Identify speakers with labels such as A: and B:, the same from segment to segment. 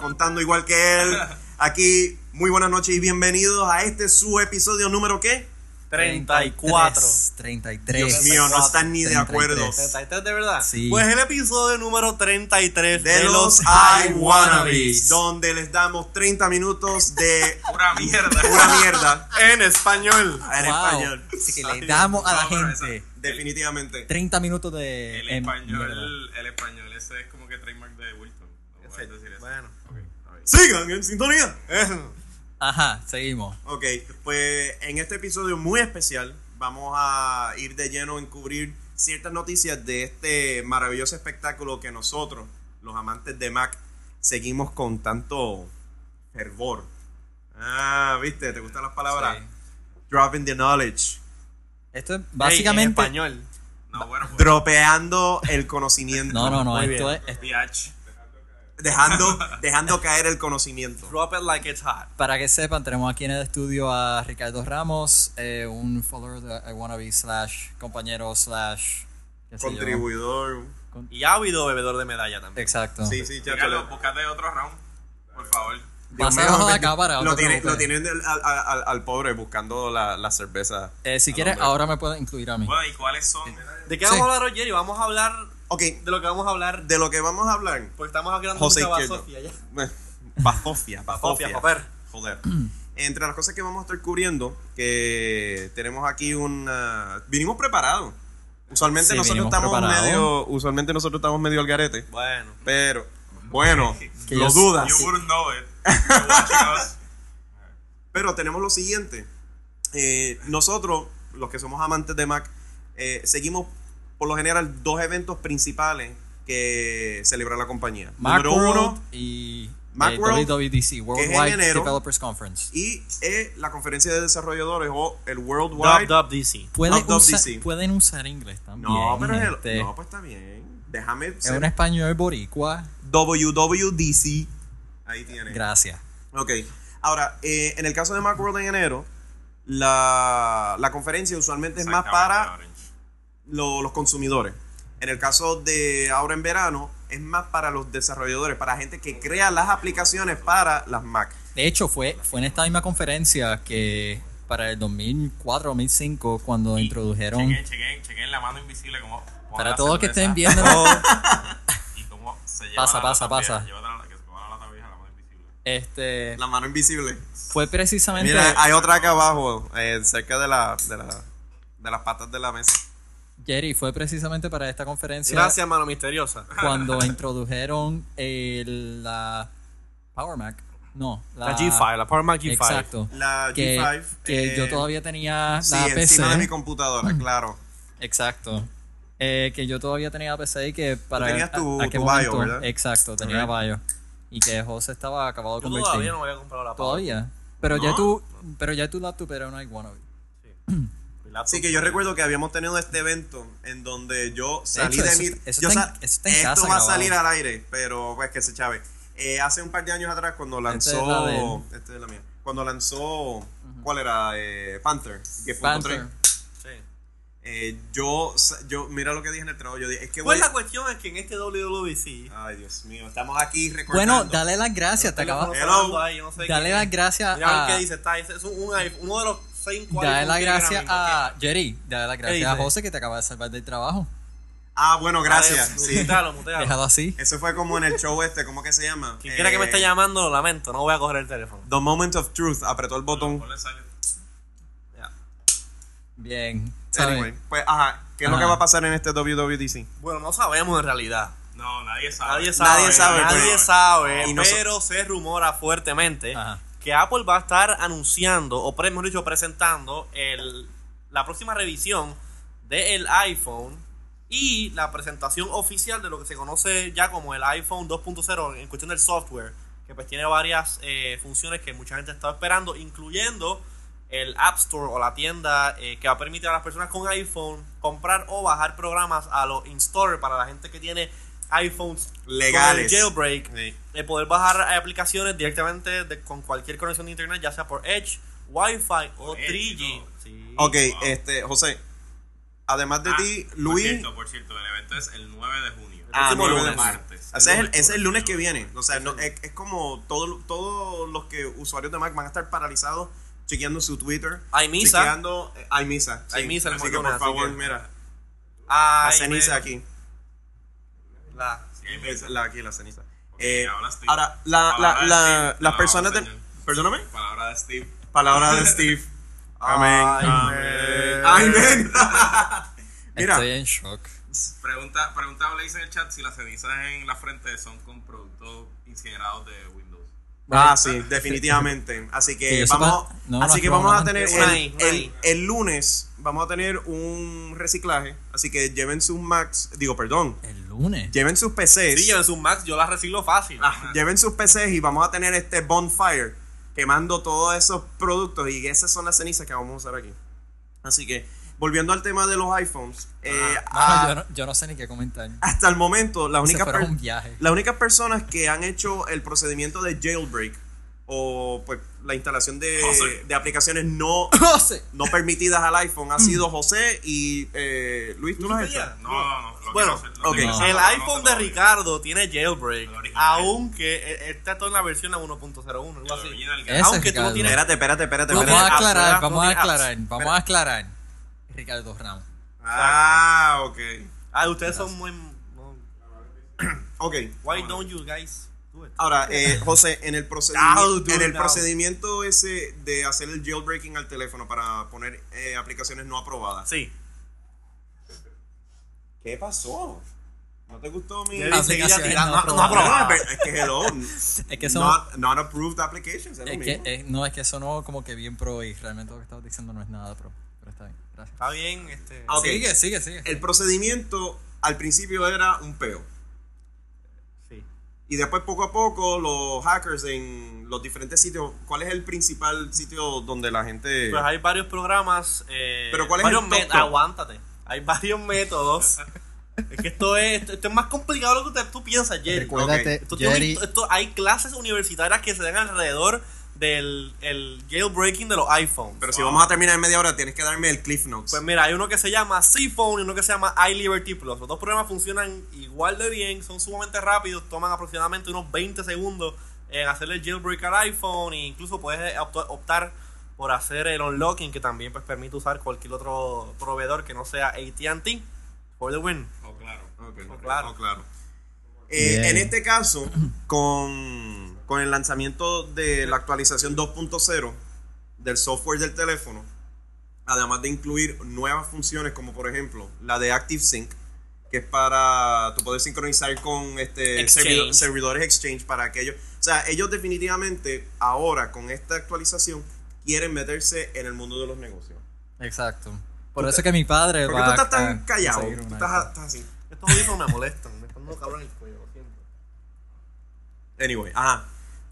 A: contando igual que él. Aquí, muy buenas noches y bienvenidos a este su episodio número ¿qué?
B: 34.
C: 33.
A: Dios mío, no están ni de acuerdo.
B: 33 Este de verdad.
C: Sí.
B: Pues el episodio número 33
A: De los I Wannabes, donde les damos 30 minutos de
D: Pura mierda.
A: pura mierda
B: en español.
A: en
C: Wow.
A: español.
C: Así que le damos a la
D: Ahora,
C: gente
A: Definitivamente.
C: 30 minutos de.
D: El
C: en- mierda.
D: español, el español, ese es como que trademark de Wilton. No puedes decir eso.
B: Bueno.
D: Ok, está bien.
A: Sigan en sintonía.
C: Ajá, seguimos.
A: Ok, pues en este episodio muy especial vamos a ir de lleno en cubrir ciertas noticias de este maravilloso espectáculo que nosotros, los amantes de Mac, seguimos con tanto fervor. Ah, viste, ¿te gustan las palabras?
C: Sí.
A: Dropping the knowledge.
C: Esto es
B: en
C: básicamente.
B: español.
D: No, bueno, pues.
A: Dropeando el conocimiento.
C: no, no, no.
B: Muy
C: Esto
B: bien.
C: es, es-
D: VH.
A: Dejando, dejando caer el conocimiento.
B: Drop it like it's hot.
C: Para que sepan, tenemos aquí en el estudio a Ricardo Ramos, eh, un follower de I Wanna Be, slash compañero, slash. qué sé yo.
A: Contribuidor.
B: Y ávido bebedor de medalla también.
C: Exacto.
A: Sí, sí, chacho,
D: Dígalo,
A: lo-
D: búscate otro round, por favor.
A: Dios
C: Pasa
A: mío,
C: abajo de
A: bendito.
C: acá para, no
A: Lo
C: te
A: tienen,
C: preocupes.
A: lo tienen del- al, al- al pobre buscando la, la cerveza.
C: Eh, si
A: al
C: quieres,
A: hombre.
C: ahora me puedes incluir a mí.
D: Bueno, ¿y cuáles son?
B: ¿De qué vamos
C: Sí.
B: a hablar hoy, Jerry? Vamos a hablar
A: Ok,
B: de lo que vamos a hablar.
A: de lo que vamos a hablar. pues,
B: Porque estamos hablando
A: José
B: mucha
A: Izquierdo.
B: basofia ya.
A: Bazofia,
B: Basofia,
A: bazofia.
B: papel.
A: Joder. Entre las cosas que vamos a estar cubriendo, que tenemos aquí una. Vinimos preparados. Usualmente
C: Sí,
A: nosotros
C: vinimos
A: estamos
C: preparados.
A: medio. Usualmente nosotros estamos medio al garete.
B: Bueno.
A: Pero, bueno,
C: Que
A: lo
C: yo-
A: dudas.
D: You wouldn't know it. You're watching us.
A: Pero tenemos lo siguiente. Eh, nosotros, los que somos amantes de Mac, eh, seguimos por lo general dos eventos principales que celebra la compañía. Número
C: Macworld
A: uno
C: y
A: Macworld,
C: eh, WWDC,
A: en
C: Worldwide
A: enero.
C: Developers Conference.
A: y eh, la conferencia de desarrolladores o el Worldwide.
B: Dub Dub DC.
C: Pueden,
A: Dub Dub
C: usa-
A: DC.
C: pueden usar inglés también.
A: No, pero es
C: gente.
A: el- no, pues está bien. Déjame
C: Es
A: ser
C: un español boricua.
A: WWDC. Ahí tiene.
C: Gracias.
A: Ok. Ahora, eh, en el caso de Macworld en enero, la, la conferencia usualmente es más para
D: Exactamente,
A: lo- los consumidores. En el caso de ahora en verano, es más para los desarrolladores, para gente que crea las aplicaciones para las Mac.
C: De hecho, fue, fue en esta misma conferencia que para el 2004-2005, cuando introdujeron.
D: Chequen, chequen, chequen la mano invisible como.
C: Para todos los que estén
D: bien
C: viendo,
A: Oh.
D: Y cómo se lleva
C: Pasa,
D: la
C: pasa,
D: lata vieja.
C: pasa.
D: Llévatela a la- que se coma la lata vieja, la mano invisible.
C: este,
A: La mano invisible.
C: fue precisamente.
A: Mira, ah. hay otra acá abajo, eh, cerca de, la, de, la- de las patas de la mesa.
C: Jerry, fue precisamente para esta conferencia
B: Gracias, mano misteriosa.
C: cuando introdujeron el, la Power Mac. No, la,
B: La G5, la Power Mac G5.
C: Exacto.
A: La
C: que,
A: G5.
C: que
A: eh,
C: yo todavía tenía
A: Sí,
C: la PC.
A: encima de mi computadora, claro.
C: Exacto. Eh, que yo todavía tenía la PC y que para.
A: tenías tu-
C: qué
A: tu bio,
C: momento-
A: ¿verdad?
C: Exacto, tenía
A: Ok.
C: bio. Y que José estaba acabado
B: Yo
C: de convertir.
B: todavía no me había comprado la Power.
C: Todavía. Pero
D: No.
C: ya tú. Pero ya tu laptop era una wannabe.
B: Mi laptop.
A: Sí, que yo recuerdo que habíamos tenido este evento en donde yo salí
C: hecho,
A: de
C: eso-
A: mi.
C: eso
A: yo
C: está
A: sa-
C: en- eso está en
A: esto
C: casa
A: va
C: grabado.
A: a salir al aire, pero pues que se chave. Eh, hace un par de años atrás, cuando
C: Esta es
A: lanzó.
C: la de él.
A: esta es la mía. Cuando lanzó. ¿Cuál era? Eh, Panther. 10.3.
C: Panther.
B: Sí.
A: Eh, yo, sa- yo, mira lo que dije en el trabajo. Yo dije, es que
E: Pues
A: voy-
E: la cuestión es que en este WWDC.
A: Ay, Dios mío, estamos aquí recordando.
C: Bueno, dale las gracias, te acabas.
A: Hello.
E: Ahí, yo no sé
C: Dale
E: quién
C: las
E: es.
C: gracias
E: Mira a ver
C: a.
E: qué dice. Está, ese es un, un iPhone, uno de los 6
C: Dale las gracias a Jerry, dale las gracias a
E: dice?
C: José que te acaba de salvar del trabajo.
A: Ah, bueno, gracias. sí.
E: Mutealo, mutealo.
C: Déjalo así.
A: Eso fue como en el show este, ¿cómo que se llama?
E: Quien quiera que me esté
A: Eh,
E: llamando, lo lamento, no voy a coger el teléfono.
A: The Moment of Truth, apretó el botón.
D: Ponle silent.
C: Bien. ¿saben?
A: Anyway, pues, ajá, ¿qué es lo
C: Ajá.
A: que va a pasar en este WWDC?
E: Bueno, no sabemos en realidad.
D: No, nadie sabe.
E: Nadie sabe. Nadie sabe,
A: pero- Y no
E: pero se rumora fuertemente
C: Ajá.
E: que Apple va a estar anunciando, o pre- mejor dicho, presentando el, la próxima revisión del iPhone y la presentación oficial de lo que se conoce ya como el iPhone 2.0 en cuestión del software, que pues tiene varias eh, funciones que mucha gente está esperando, incluyendo el App Store o la tienda eh, que va a permitir a las personas con iPhone comprar o bajar programas a los in-store para la gente que tiene iPhones con el
A: Legales.
E: jailbreak
A: Sí.
E: de poder bajar aplicaciones directamente de- con cualquier conexión de internet, ya sea por Edge, Wi-Fi o
D: Edge,
E: 3G.
D: no.
E: Sí.
A: Ok, este, José, además de
D: Ah,
A: ti,
D: por
A: Luis...
D: cierto, por cierto, el evento es el 9 de junio.
A: Ah,
E: próximo
A: 9 de
E: lunes.
A: marzo.
D: Martes.
A: O sea, es el,
D: Lunes,
A: es el lunes que
D: lunes.
A: viene. O sea, no, es, es como todo- todos los que usuarios de Mac van a estar paralizados chequeando su Twitter.
E: Hay misa.
A: Chequeando, eh, hay misa.
E: Hay
A: sí.
E: misa el
A: Así que,
E: lunes,
A: por
E: así
A: favor,
E: que-
A: mira,
E: Ay,
A: la ceniza
E: me-
A: aquí.
E: la-
D: Sí, hay
A: Es
D: veces.
A: la, aquí la ceniza. Eh,
D: hablas tú.
A: ahora, la, la,
D: Ahora
A: la-
D: sí.
A: las
D: No,
A: personas del...
D: señor.
A: Perdóname.
D: Palabra de Steve.
A: Palabra de Steve. Ah, Amén.
E: Ay, me-
A: Amén. Eh, Mira, Ah,
C: Estoy en shock.
D: Pregunta, pregunta a Blaze en el chat si las cenizas en la frente son con productos incinerados de Windows.
A: Ah, sí,
C: este,
A: definitivamente. Así
C: Sí,
A: que
C: eso
A: vamos,
C: pa- no,
A: así
C: no,
A: que
C: no,
A: vamos
C: no,
A: a
C: no.
A: tener
E: Es
A: el,
E: una I, una
A: el-
E: I.
A: el lunes vamos a tener un reciclaje, así que lleven sus Macs, digo, perdón,
C: El lunes.
A: lleven sus PCs,
E: Sí, en su Max yo la reciclo fácil.
A: ah, lleven sus PCs y vamos a tener este bonfire quemando todos esos productos y esas son las cenizas que vamos a usar aquí. Así que volviendo al tema de los iPhones, eh,
C: Mano,
A: a-
C: yo, Ah, no, yo no sé ni qué comentar.
A: hasta el momento la
C: Se
A: única
C: fueron
A: per-
C: a un viaje.
A: las únicas personas que han hecho el procedimiento de jailbreak o pues la instalación de,
D: José.
A: de aplicaciones no,
C: José.
A: no permitidas al iPhone ha sido José y eh, Luis, ¿tú lo has hecho?
E: sabías?
D: No, no, no. lo
E: Bueno,
D: quiero hacer, lo
A: ok.
D: quiero hacer,
E: El
D: no, no,
E: iPhone de
D: no, no,
E: Ricardo tiene jailbreak,
D: El original.
E: aunque eh, está todo en la versión a 1.01,
D: El
E: algo así.
D: original que-
C: Ese es
E: Aunque tú no
C: Ricardo.
E: tienes
A: Espérate, espérate, espérate.
C: Vamos
A: espérate.
C: a aclarar,
E: apps,
C: vamos a
E: no tiene
C: aclarar,
E: apps.
C: vamos a aclarar. Ricardo Ramos.
A: Ah, ok.
E: Ah, ustedes son muy... no.
A: Ok.
E: Why don't you guys do it?
A: Ahora, eh, José, en el, procedi-
E: Now, dude,
A: en el
E: now.
A: procedimiento ese de hacer el jailbreaking al teléfono para poner eh, aplicaciones no aprobadas.
E: Sí.
A: ¿Qué pasó? ¿No te gustó mi...?
E: Jerry seguía
C: Aplicaciones
E: tirando,
C: no
E: no, no aprobaba.
A: No, es que hello.
C: Es que son-
A: Not, not approved applications, es lo
C: Es que,
A: mismo.
C: eh, no, es que sonó como que bien pro y realmente lo que estabas diciendo no es nada pro. Pero está bien, gracias.
E: Está bien, este...
A: Ah, ok.
C: Sigue, sigue, sigue.
A: El procedimiento al principio era un peo.
E: Sí.
A: Y después poco a poco los hackers en los diferentes sitios, ¿cuál es el principal sitio donde la gente...
E: Pues hay varios programas. eh,
A: Pero ¿cuál es
E: varios
A: el
E: mé-
A: top, top?
E: Aguántate. Hay varios métodos. es que esto es, esto, esto es más complicado de lo que usted- tú piensas, Jerry.
A: Recuérdate,
E: Esto tiene un- esto- hay clases universitarias que se dan alrededor del el jailbreaking de los iPhones.
A: Pero si vamos a terminar en media hora, tienes que darme el Cliff Notes.
E: Pues mira, hay uno que se llama C-Phone y uno que se llama iLiberty Plus. Los dos programas funcionan igual de bien, son sumamente rápidos, toman aproximadamente unos 20 segundos en hacerle el jailbreak al iPhone e incluso puedes eh, optu- optar por hacer el unlocking que también pues, permite usar cualquier otro proveedor que no sea AT&T for the win.
D: Oh, claro.
A: Ok,
E: Oh, claro.
A: oh, claro. Eh,
C: Bien.
A: en este caso, con, con el lanzamiento de la actualización 2.0 del software del teléfono, además de incluir nuevas funciones como por ejemplo la de ActiveSync, que es para tu poder sincronizar con este
E: Exchange.
A: servidor- servidores Exchange para aquellos. O sea, ellos definitivamente ahora con esta actualización quieren meterse en el mundo de los negocios.
C: Exacto. Por eso que mi padre
A: ¿Por
C: va
A: qué tú estás
C: a-
A: tan
C: a
A: callado?
C: conseguir
A: Tú
C: un
A: estás,
C: iPhone.
A: estás así.
E: Estos audífonos me molestan, me están dando cabrón el cuello, lo siento.
A: Anyway, ajá.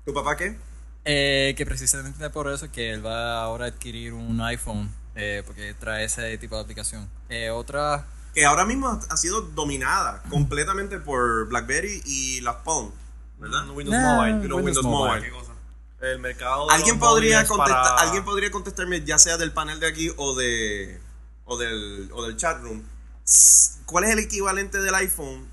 A: ¿Tu papá qué?
C: Eh, que precisamente por eso que él va ahora a adquirir un iPhone eh, porque trae ese tipo de aplicación. Eh, otra,
A: que ahora mismo ha- ha sido dominada completamente por BlackBerry y las Palm, ¿verdad?
E: Windows
C: Nah.
E: Mobile.
A: Pero
C: Windows
A: Windows
C: Mobile.
A: Mobile.
D: ¿Qué cosa?
E: El mercado de
A: ¿Alguien
E: los
A: podría,
E: móviles para-
A: contestar- alguien podría contestarme, ya sea del panel de aquí o de o del, o del chat room, s- ¿cuál es el equivalente del iPhone?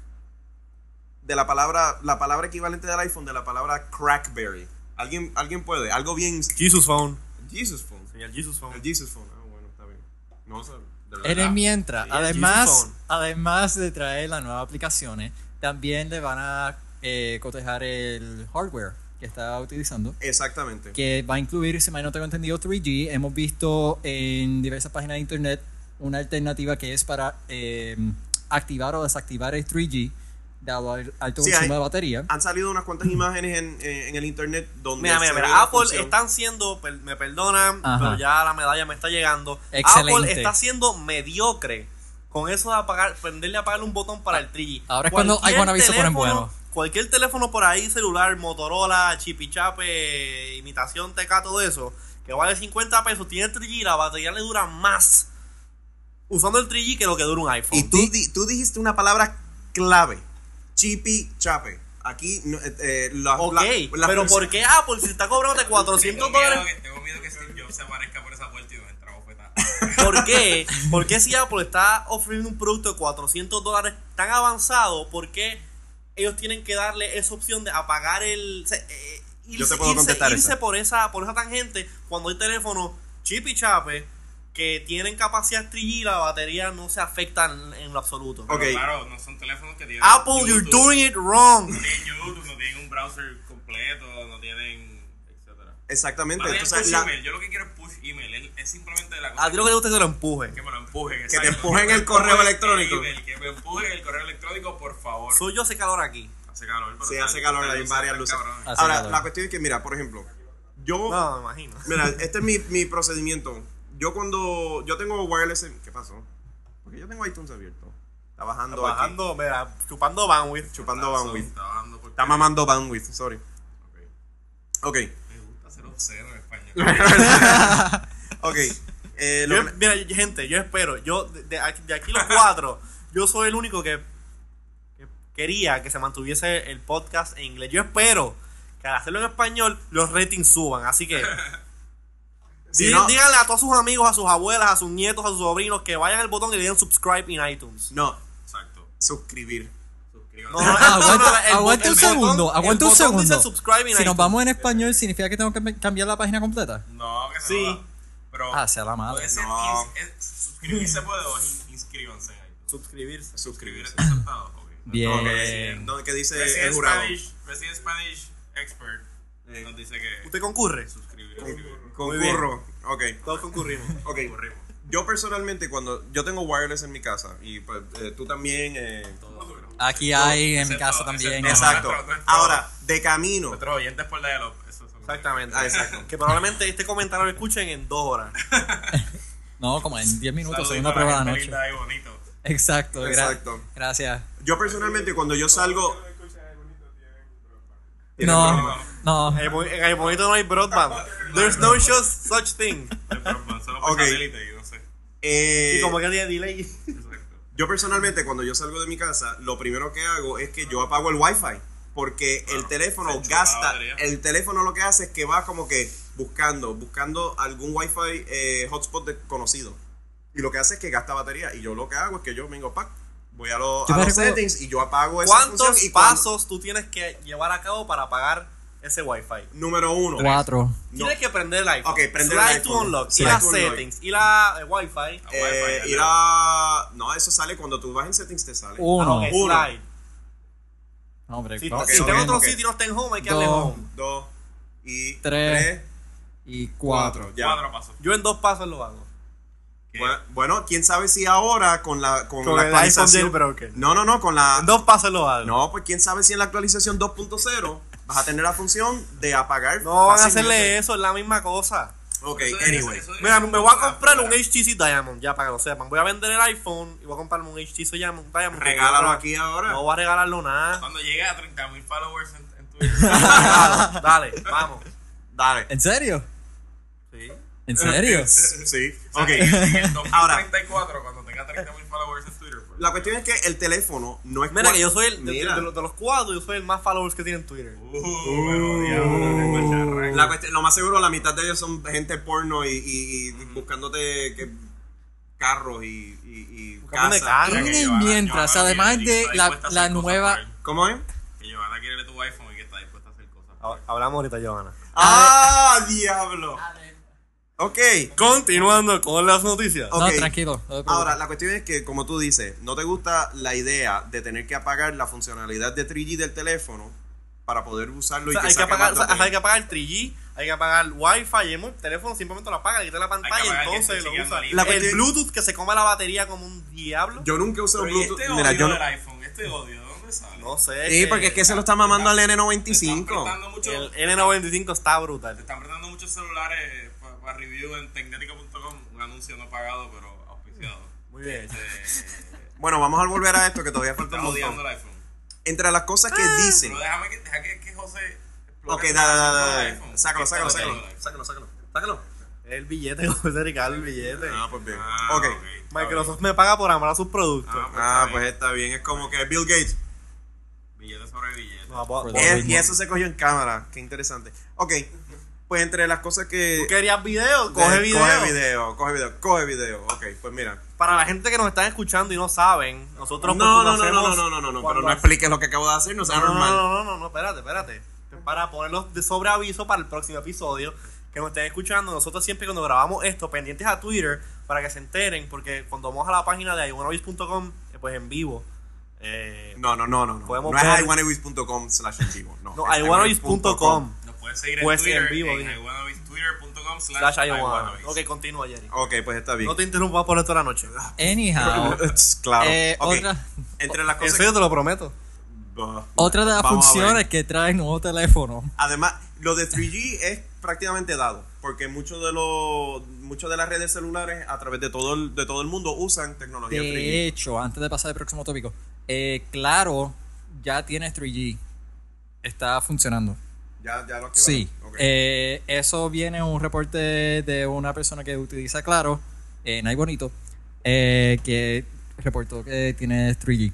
A: De la palabra, la palabra equivalente del iPhone de la palabra crackberry. ¿Alguien, alguien puede? Algo bien.
E: Jesus Phone.
A: Jesus Phone.
E: Señor Jesus Phone.
A: El Jesus Phone. Ah, bueno, está bien. No sé, de verdad.
C: En el mientras,
E: Sí, el Jesus
C: además,
E: Phone.
C: además de traer las nuevas aplicaciones, también le van a eh, cotejar el hardware que está utilizando,
A: Exactamente.
C: que va a incluir, si mal no tengo entendido, 3G. Hemos visto en diversas páginas de internet una alternativa que es para eh, activar o desactivar el 3G, dado el alto
A: Sí,
C: consumo
A: hay- Ah,
C: de batería.
A: Han salido unas cuantas imágenes en, eh, en el internet donde.
E: Mira, mira,
A: se ve
E: mira,
A: la
E: Apple
A: función.
E: están siendo, per- me perdonan,
C: Ajá.
E: pero ya la medalla me está llegando. Apple
C: Excelente.
E: está siendo mediocre con eso de apagar, prenderle a apagar un botón para el 3G.
C: Ahora es cuando
E: Cualquier
C: iWannabes se ponen
E: teléfono-
C: buenos.
E: Cualquier teléfono por ahí, celular, Motorola, chipichape, eh, imitación, teca, todo eso, que vale 50 pesos, tiene el 3G, la batería le dura más usando el 3G que lo que dura un iPhone.
A: Y tú, di- tú dijiste una palabra clave: chipi chape. Aquí, no, eh, eh, la-
E: ok,
A: la- la
E: pero
A: función-
E: ¿por qué Apple si está cobrando de 400
D: Tengo
E: dólares
D: miedo, que, tengo miedo que Steve Jobs se aparezca por esa puerta y nos entra bofetada.
E: ¿Por qué? ¿Por qué si Apple está ofreciendo un producto de 400 dólares tan avanzado, por qué ellos tienen que darle esa opción de apagar el... o sea, eh, irse,
A: Yo te puedo
E: irse-
A: contestar
E: irse
A: esa.
E: por esa por esa tangente cuando hay teléfonos chip y chape que tienen capacidad 3G y la batería no se afecta en, en lo absoluto.
A: Ok.
D: Pero Claro, no son teléfonos que tienen.
E: Apple, you're
D: YouTube,
E: doing it wrong.
D: No tienen YouTube, no tienen un browser completo, no tienen. etcétera.
A: Exactamente.
D: Vale,
A: Entonces,
D: push
A: la-
D: email. Yo lo que quiero es push email. Es, es simplemente la cosa
E: A ti lo que te gusta es que lo empuje.
D: que me lo empujen.
A: te
D: exacto.
A: empujen
D: Que me
A: el correo
D: empujen
A: electrónico.
D: email, que me empujen el correo electrónico, por favor.
E: Soy yo hace calor aquí.
D: hace calor. pero
A: se
D: tal-
A: hace calor,
D: tal
A: hay
D: luz,
A: varias
D: tal
A: luces. Ah,
D: cabrón.
C: Hace
A: Ahora,
C: calor.
A: la cuestión es que, mira, por ejemplo, yo.
E: No, me imagino.
A: Mira, este es mi, mi procedimiento. Yo cuando. Yo tengo wireless. en- ¿Qué pasó? Porque yo tengo iTunes abierto. Está bajando. aquí,
E: Bajando, mira, chupando bandwidth.
A: chupando
D: Está-
A: bandwidth.
D: Está bajando porque
A: Está mamando bandwidth, sorry. Ok.
D: me gusta ser obsceno en español.
A: Ok. Eh,
E: Yo- em-
A: lo-
E: mira, gente, yo espero. Yo, de, de aquí, de aquí los cuatro, yo soy el único que, que quería que se mantuviese el podcast en inglés. Yo espero que al hacerlo en español, los ratings suban. Así que
A: si
E: dí-
A: no,
E: díganle a todos sus amigos, a sus abuelas, a sus nietos, a sus sobrinos que vayan al botón y le den subscribe en iTunes.
A: no,
D: Exacto.
A: suscribir.
D: Suscríbanse.
E: No, no, no,
C: Aguanta-
E: el bot-
C: aguanta
E: el
C: un
E: botón-
C: segundo,
E: el
C: aguanta un
E: botón dice
C: segundo.
E: subscribe en
C: Si nos
E: iTunes.
C: vamos en español, ¿significa que tengo que me- cambiar la página completa?
D: No, que se
E: Sí.
D: joda. Pero
C: Ah, sea la madre.
D: puede ser
A: No.
D: ins- es- suscribirse puede o in- inscríbanse ahí.
E: Suscribirse.
D: Suscribir
A: Suscribirse.
D: está aceptado. ok.
C: Bien.
A: Ok,
C: Eh,
A: no, ¿Qué dice el
D: Resident
A: jurado?
D: Spanish, Resident Spanish expert
A: Eh.
D: nos dice que
E: ¿Usted concurre?
D: suscribir.
A: Concurro. Ok.
E: Todos concurrimos.
A: Ok.
D: Corremos.
A: Yo personalmente, cuando yo tengo wireless en mi casa, y pues eh, tú también. eh,
C: Aquí hay en mi
D: excepto-
C: casa también.
D: No,
A: exacto.
D: nuestro- nuestro-
A: Ahora, de camino.
D: Nuestros oyentes por la de los. eso son-
E: Exactamente.
A: Ah, exacto.
E: Que probablemente este comentario lo escuchen en dos horas.
C: No, como en 10 minutos,
D: Saludito
C: segunda
D: a la
C: prueba de la
D: gente
C: noche.
D: linda y bonito.
C: Exacto, gra-
A: Exacto.
C: gracias.
A: Yo personalmente, cuando yo salgo. Tiene Eh,
C: No,
A: problema.
C: no.
E: En el mo- en el momento no hay broadband. There's no just such thing.
D: De broma, Solo por
A: Ok.
D: satélite y no sé.
A: Eh,
E: Y como que tiene delay.
D: Exacto.
A: Yo personalmente, cuando yo salgo de mi casa, lo primero que hago es que yo apago el wifi. Porque el
D: se
A: teléfono
D: enchufa la
A: gasta.
D: batería.
A: El teléfono lo que hace es que va como que buscando, buscando algún wifi eh, hotspot desconocido. Y lo que hace es que gasta batería. Y yo lo que hago es que yo vengo, pack, voy a, los-
C: Yo
A: a
C: me
A: los
C: recuerdo-
A: settings y yo apago esa función.
E: ¿Cuántos
A: pues, y cuando-
E: pasos tú tienes que llevar a cabo para pagar ese Wi-Fi?
A: número uno.
C: Cuatro.
A: No,
E: Tienes que prender el iPhone.
A: Ok, prender el
E: Slide
A: iPhone.
E: to unlock.
A: Sí.
E: Ir a
A: Slide to unlock.
E: settings. Ir a eh, Wi-Fi.
D: A
A: eh,
D: Wi-Fi,
A: ir
D: Ah, pues, ya.
A: a- No, eso sale cuando tú vas en settings, te sale.
E: Ah,
C: Uno.
E: ok,
A: Uno.
E: slide.
C: No, hombre,
E: Si,
C: vamos,
E: si
A: ok,
E: está en
A: ok,
E: otro
A: ok.
E: sitio y no está en home, hay que
C: Dos.
E: darle home.
A: dos y
C: Tres.
A: tres,
C: Y cuatro.
A: cuatro. Ya.
D: Cuatro pasos.
E: Yo en dos pasos lo hago.
D: ¿Qué?
A: Bueno, bueno, quién sabe si ahora con la con,
E: Con
A: la
E: el iPhone
A: actualización.
E: jailbroken.
A: No, no, no, con la
E: En dos pasos lo hago.
A: No, pues quién sabe si en la actualización 2.0 vas a tener la función de apagar.
E: No van a
A: fácilmente.
E: hacerle eso, es la misma cosa.
A: Ok,
D: Eso es-
A: anyway.
D: eso es- Ah,
E: Mira, me voy a comprar un
D: Ahora,
E: HTC Diamond, ya para que lo sepan. Voy a vender el iPhone y voy a comprarme un HTC Diamond. Diamond
A: Regálalo aquí ahora.
E: No voy a regalarlo nada.
D: Cuando llegue a 30.000 followers en, en Twitter.
E: Regálalo, Dale, vamos.
A: Dale.
C: ¿En serio?
E: Sí.
A: Eh,
C: ¿En serio?
A: Sí. Ok. Ahora.
D: Ahora. 34 cuando tenga 30.000 followers en Twitter. pues.
A: La cuestión es que el teléfono no es
E: Mira que yo soy el de,
A: Mira.
E: de los, de los cuatro, yo soy el más followers que tiene en Twitter.
D: Uh, pero diablo, qué macharrán.
A: La cuestión- lo más seguro, la mitad de ellos son gente porno y, y- y buscándote que carros y, y, y
E: camión
A: casas.
E: de carro.
A: Que
C: Y
A: llevan-
C: mientras,
D: Johanna
C: además
D: quiere-
C: de
D: está
C: la,
D: dispuesta a
C: la
D: hacer cosas
C: nueva.
D: por él.
A: ¿Cómo es?
D: Que Johanna quiere tu iPhone y que está dispuesta a hacer cosas por él.
E: Hablamos ahorita, Giovanna.
A: ¡Ah, diablo! Ok,
E: Continuando con las noticias.
A: Ok.
C: No, tranquilo. no te preocupes.
A: ahora la cuestión es que, como tú dices, no te gusta la idea de tener que apagar la funcionalidad de 3G del teléfono para poder usarlo
E: O
A: y
E: sea,
A: que
E: hay, que
A: saque más
E: apagar, o sea,
A: batería.
E: ajá, hay que apagar el 3G, hay que apagar el Wi-Fi y el teléfono simplemente lo apaga, le quita la pantalla
D: apagar que
E: entonces
D: esté
E: lo usa.
D: chequeando el
A: La
E: el
A: cuestión-
E: Bluetooth que se come la batería como un diablo.
A: Yo nunca he usado
D: Pero ¿y
A: Bluetooth.
D: este odio
A: Mira, yo no-
D: del iPhone, este odio, ¿de dónde sale?
E: no sé.
A: Sí, porque es que se lo está mamando al
D: Te están
A: N95.
D: prestando mucho,
E: El N95 está
D: te
E: brutal.
D: están prestando muchos celulares para review en tecnética.com, un anuncio no pagado pero auspiciado.
E: Muy bien.
D: Este,
A: Bueno, vamos a volver a esto que todavía falta
D: está
A: un
D: odiando
A: montón.
D: el iPhone.
A: Entre las cosas
E: Ah,
A: que dicen.
D: Pero déjame que, deja que, que José. explore
A: Ok,
D: ese
A: dale, dale,
D: asunto del
A: dale,
D: iPhone.
A: dale. Sácalo, sácalo,
D: Ok.
A: sácalo.
E: Sácalo, sácalo. Sácalo. El billete, como dice Ricardo, el billete.
A: Ah, pues bien.
D: Ah,
A: Ok.
D: está bien.
E: Microsoft me paga por amar a sus productos.
D: Ah, pues,
A: Ah,
D: está
A: pues
D: bien.
A: está bien. Es como que Bill Gates.
D: Billete sobre billete.
E: No, pues, eh, po- po-
C: Por
A: Es-
C: lo
A: y
C: mismo.
A: eso se cogió en cámara. Qué interesante. Ok. Pues entre las cosas que.
E: ¿Tú querías video? Coge
A: Eh,
E: video.
A: Coge video, coge video, coge video. Ok, pues mira.
E: Para la gente que nos están escuchando y no saben, nosotros
A: No,
E: pues,
A: no, no, no,
E: conocemos
A: no, no, no, no, no,
E: cuando
A: pero no expliques lo que acabo de hacer, no sea
E: No, no,
A: normal.
E: no, no, no, no, espérate, espérate. Para ponerlos de sobreaviso para el próximo episodio, que nos estén escuchando, nosotros siempre cuando grabamos esto, pendientes a Twitter, para que se enteren, porque cuando vamos a la página de iwanobis.com, eh, pues en vivo. Eh,
A: No, no, no, no. No,
E: Podemos
A: no es
E: ver-
A: iwanewis.com slash en vivo. No,
E: no,
A: es
E: iwanobis.com
D: Nos pueden seguir en
E: Pues, en
D: Twitter.
E: vivo,
D: en
E: dime.
D: iwanobisTwitter.com slash
E: slash iwan.
D: iwanobis.
E: Ok, continúa, Jerry.
A: Ok, pues está bien.
E: No te interrumpas por esto la noche. Ah,
C: Anyhow.
A: claro.
C: Eh,
A: Ok,
C: otra-
A: Entre las
E: En
A: cosas.
E: serio, te lo prometo.
A: Bah,
C: Otra de las
A: vamos a ver.
C: funciones que trae el nuevo teléfono.
A: Además, lo de 3G es prácticamente dado, porque muchos de los muchas de las redes celulares a través de todo el, de todo el mundo usan tecnología
C: De
A: 3G.
C: hecho, antes de pasar al próximo tópico, eh, claro, ya tienes 3G. Está funcionando.
A: Ya, ya lo activaron.
C: Sí.
A: Ok.
C: Eh, eso viene en un reporte de una persona que utiliza Claro, eh, Nay Bonito, eh, que reportó que tiene 3G.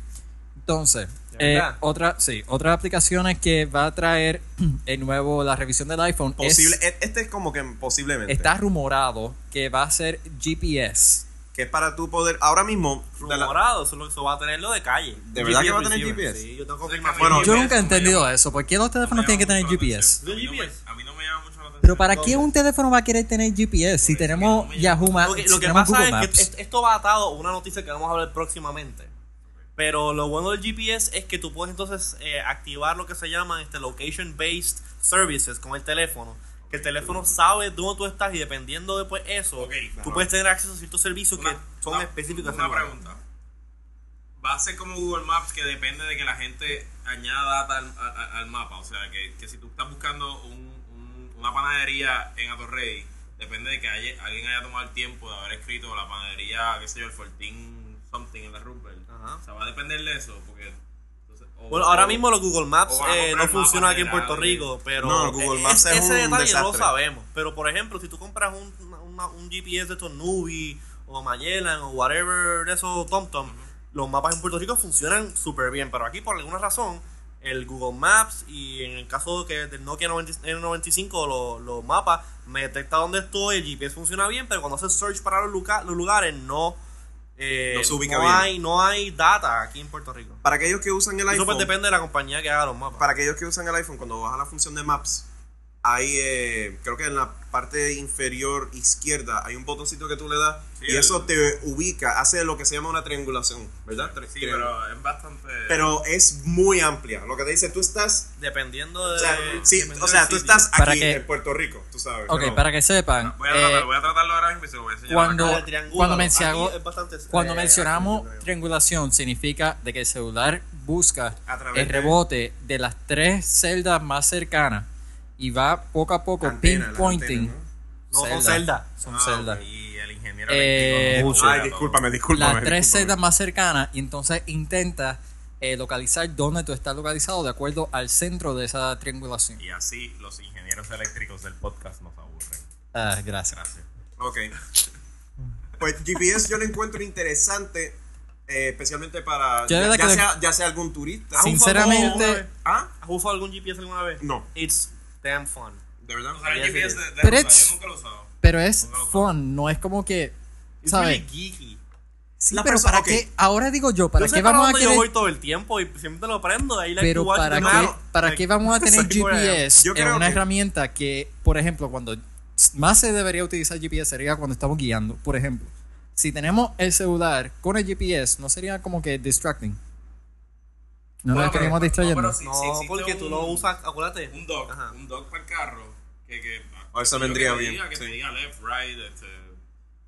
C: Entonces,
E: ¿De
C: eh,
E: verdad?
C: otra, sí, otras aplicaciones que va a traer el nuevo, la revisión del iPhone. es-
A: Posible, este. e- este es como que posiblemente.
C: está rumorado que va a ser GPS.
A: que es para tú poder ahora mismo de la-
E: Rumorado, eso, es lo que- eso va a tenerlo de calle.
A: ¿De verdad que va a tener
E: receiver,
A: GPS?
E: Sí, yo tengo
D: Cerca
E: confirmación.
A: Bueno,
C: Yo
D: GPS,
C: nunca he
D: no me
C: entendido
D: llama-
C: eso. ¿Por qué los
D: no me
C: teléfonos tienen que
D: llama
C: tener
D: mucho la
C: GPS?
D: atención. A mí no me-
E: GPS.
D: A mí no me llama mucho la atención.
C: Pero ¿para qué
D: No,
C: un teléfono va a querer tener GPS si tenemos
D: no me llama.
C: Yahoo Maps?
E: lo que,
C: si
E: lo que
C: tenemos
E: pasa
C: Google
E: es
C: Maps?
E: que es- esto va atado a una noticia que vamos a hablar próximamente. Pero lo bueno del GPS es que tú puedes entonces eh, activar lo que se llaman este location based services con el teléfono. Que el teléfono sabe dónde tú estás y dependiendo de pues, eso,
D: Ok,
E: tú
D: claro.
E: puedes tener acceso a ciertos servicios
D: Una-
E: que son
D: una-
E: específicos. a
D: Una
E: ese lugar.
D: pregunta. Va a ser como Google Maps que depende de que la gente añada data al, a- a- al mapa. O sea, que, que si tú estás buscando un- un- una panadería en Atorrey, depende de que haya- alguien haya tomado el tiempo de haber escrito la panadería, qué sé yo, el Fortín something en la Rupert.
E: Ajá.
D: O sea, va a depender de eso. Porque, entonces, o-
E: Bueno, ahora
D: o-
E: mismo los Google Maps
D: o van a
E: eh,
D: comprar
E: no
D: el mapa
E: funcionan aquí en
D: general,
E: Puerto
D: ¿sí?
E: Rico, pero
A: No, Google
E: e-
A: Maps es
E: ese
A: un
E: detalle no lo
A: desastre.
E: sabemos. Pero por ejemplo, si tú compras un, una- un GPS de estos Nubi o Magellan o whatever de esos TomTom, los mapas en Puerto Rico funcionan súper bien, pero aquí por alguna razón el Google Maps y en el caso que del Nokia 90 N95 los, los mapas me detecta dónde estoy, el GPS funciona bien, pero cuando hace search para los, luca- los lugares no eh,
A: No se ubica
E: no
A: bien.
E: hay no hay data aquí en Puerto Rico.
A: para aquellos que usan el
E: Eso pues
A: iPhone.
E: depende de la compañía que haga los mapas.
A: Para aquellos que usan el iPhone, cuando baja la función de Maps, hay, eh, creo que en la parte inferior izquierda, hay un botoncito que tú le das
D: Sí,
A: y
D: el-
A: eso te ubica, hace lo que se llama una triangulación, ¿verdad? Tri-
D: Sí,
A: triángulo.
D: pero es bastante.
A: Pero es muy amplia. Lo que te dice, tú estás.
E: Dependiendo de.
A: O sea, sí,
E: dependiendo
A: o sea
E: del
A: tú
E: sitio.
A: estás
C: ¿Para
A: aquí
C: qué?
A: en Puerto Rico, tú sabes.
C: Ok,
A: pero-
C: para que sepan,
D: Voy
C: eh,
D: a, tratar- voy a tratarlo ahora mismo y se lo voy a enseñar.
C: cuando-
D: acá.
E: Ah, el triángulo,
C: cuando
E: aquí
C: menciono-
E: es bastante,
C: Cuando
E: eh,
C: mencionamos
E: yo creo.
C: triangulación, significa de que el celular busca
A: A través
C: el
A: de-
C: rebote de las tres celdas más cercanas y va poco a poco
A: Antena, la
C: pinpointing.
A: antena,
E: No, son
C: celda.
E: celdas.
C: Son
D: Ah,
C: celdas.
D: ok, Y el ingeniero.
C: Eh,
D: eléctrico nos
A: ¿no? Ay,
D: juzga todo.
A: discúlpame, discúlpame.
C: Las tres
A: discúlpame.
C: celdas más cercanas y entonces intenta eh, localizar dónde tú estás localizado de acuerdo al centro de esa triangulación.
D: Y así los ingenieros eléctricos del podcast nos aburren.
C: Ah, gracias.
D: Gracias.
A: Ok. Pues GPS yo lo encuentro interesante, eh, especialmente para
C: Yo de
A: ya,
C: la
A: ya
C: que-
A: sea, ya sea algún turista.
E: Sí.
C: Sinceramente,
A: ¿Ah?
E: ¿Has usado algún GPS alguna vez?
A: No.
E: It's damn fun.
A: ¿De verdad?
D: O sea, el
E: Yes,
D: GPS
E: it
D: de, de
C: Pero
D: ruta,
C: it's-
D: yo nunca lo he usado.
C: pero es
D: Nunca lo
C: fun, no es como que,
E: It's
C: ¿sabes?
E: really geeky.
C: Sí,
A: Las
C: pero
A: perso-
C: para
A: ok.
C: qué, ahora digo yo, ¿para
E: yo
C: qué
E: sé para
C: vamos a
E: dónde yo
C: querer
E: voy todo el tiempo y siempre lo prendo. Ahí la
C: pero
E: watch
C: para
E: de
C: qué,
E: nuevo.
C: para qué vamos a tener
E: Exacto, bueno.
C: GPS
A: Yo
C: en
A: creo
C: una
A: que-
C: herramienta que, por ejemplo, cuando más se debería utilizar GPS sería cuando estamos guiando, por ejemplo. Si tenemos el celular con el GPS, no sería como que distracting. No nos
D: Bueno, pero-
C: estaríamos
D: no,
C: distrayendo.
D: pero si-
E: No,
D: si existe
E: porque tú
D: un-
E: lo usas, acuérdate.
D: Un dock,
E: Ajá.
D: un dock para el carro. Que, que,
A: O eso
D: que
A: vendría
D: te
A: bien,
D: diga, Que te
A: sí.
D: diga left, right, este,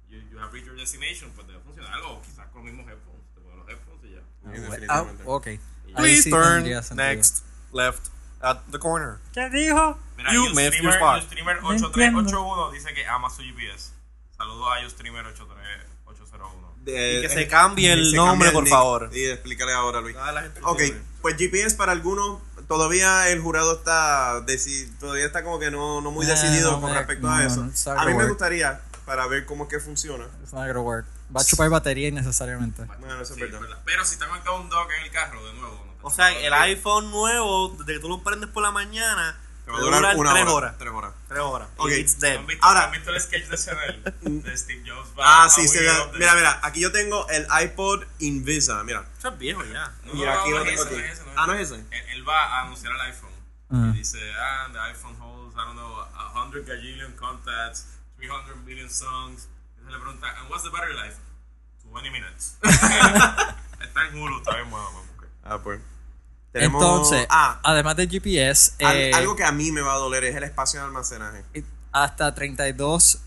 D: you, you have reached your destination, pues debe funcionar. Algo, o quizás con los mismos headphones. Te pones los headphones y ya.
A: Sí,
C: Ah,
A: definitivamente.
C: ok. Ahí
E: Please
C: sí tendría
E: turn
C: sentido.
E: next left at the corner. ¿Qué dijo?
D: Mira,
E: you missed your
D: Ustreamer,
E: spot.
D: Ustreamer
C: No
D: 8381 dice que ama su GPS. Saludos a Ustreamer 83801.
A: De-
E: Y que
A: eh,
E: se cambie el
A: se cambie
E: nombre,
A: el
E: por
A: nick.
E: favor.
A: Y explícale ahora, Luis.
E: Dale a Ah, la gente
A: Ok,
E: libre.
A: pues GPS para algunos, todavía el jurado está deci- todavía está como que no, no muy
C: Nah,
A: decidido
C: Eh, no
A: con
C: me-
A: respecto
C: no,
A: a
C: no,
A: eso.
C: it's not
A: a mí
C: gonna
A: me
C: work.
A: gustaría, para ver cómo es que funciona.
C: It's not gonna work. Va a chupar batería innecesariamente.
A: Bueno, eso es
D: Sí,
A: verdad.
D: verdad. Pero si está conectado un dock en el carro, de nuevo. no te-
E: O sea, el iPhone nuevo, desde que tú lo prendes por la mañana,
A: Te va a durar una
E: tres
A: hora,
E: horas.
A: Tres horas.
E: Tres horas.
A: Ok.
E: Y It's dead.
D: ¿Han visto,
A: Ahora-
D: Ahora, ¿han visto el sketch de Chanel? De Steve Jobs.
A: Ah,
D: va
A: sí,
D: a
A: se
D: huir
A: ve.
D: de-
A: Mira, mira, aquí yo tengo el iPod Invisa, mira.
E: Ah, Eso es viejo ya.
D: No,
A: Y
D: no,
A: aquí
D: no,
A: lo
D: no es
A: tengo
D: ese,
A: aquí.
D: no es ese, no es
A: Ah, no es
D: ese.
A: ese.
D: Él, él va a anunciar el iPhone.
C: Ah.
D: Y dice, ah, the iPhone holds, I don't know, 100 gajillion contacts, 300 million songs. Entonces le pregunta, and what's the battery life? 20 minutes. está en Hulu, está bien bueno. vamos, ok.
A: Ah, pues. Tenemos-
C: Entonces,
A: ah,
C: además del GPS,
A: al-
C: eh,
A: algo que a mí me va a doler es el espacio de almacenaje.
C: hasta 32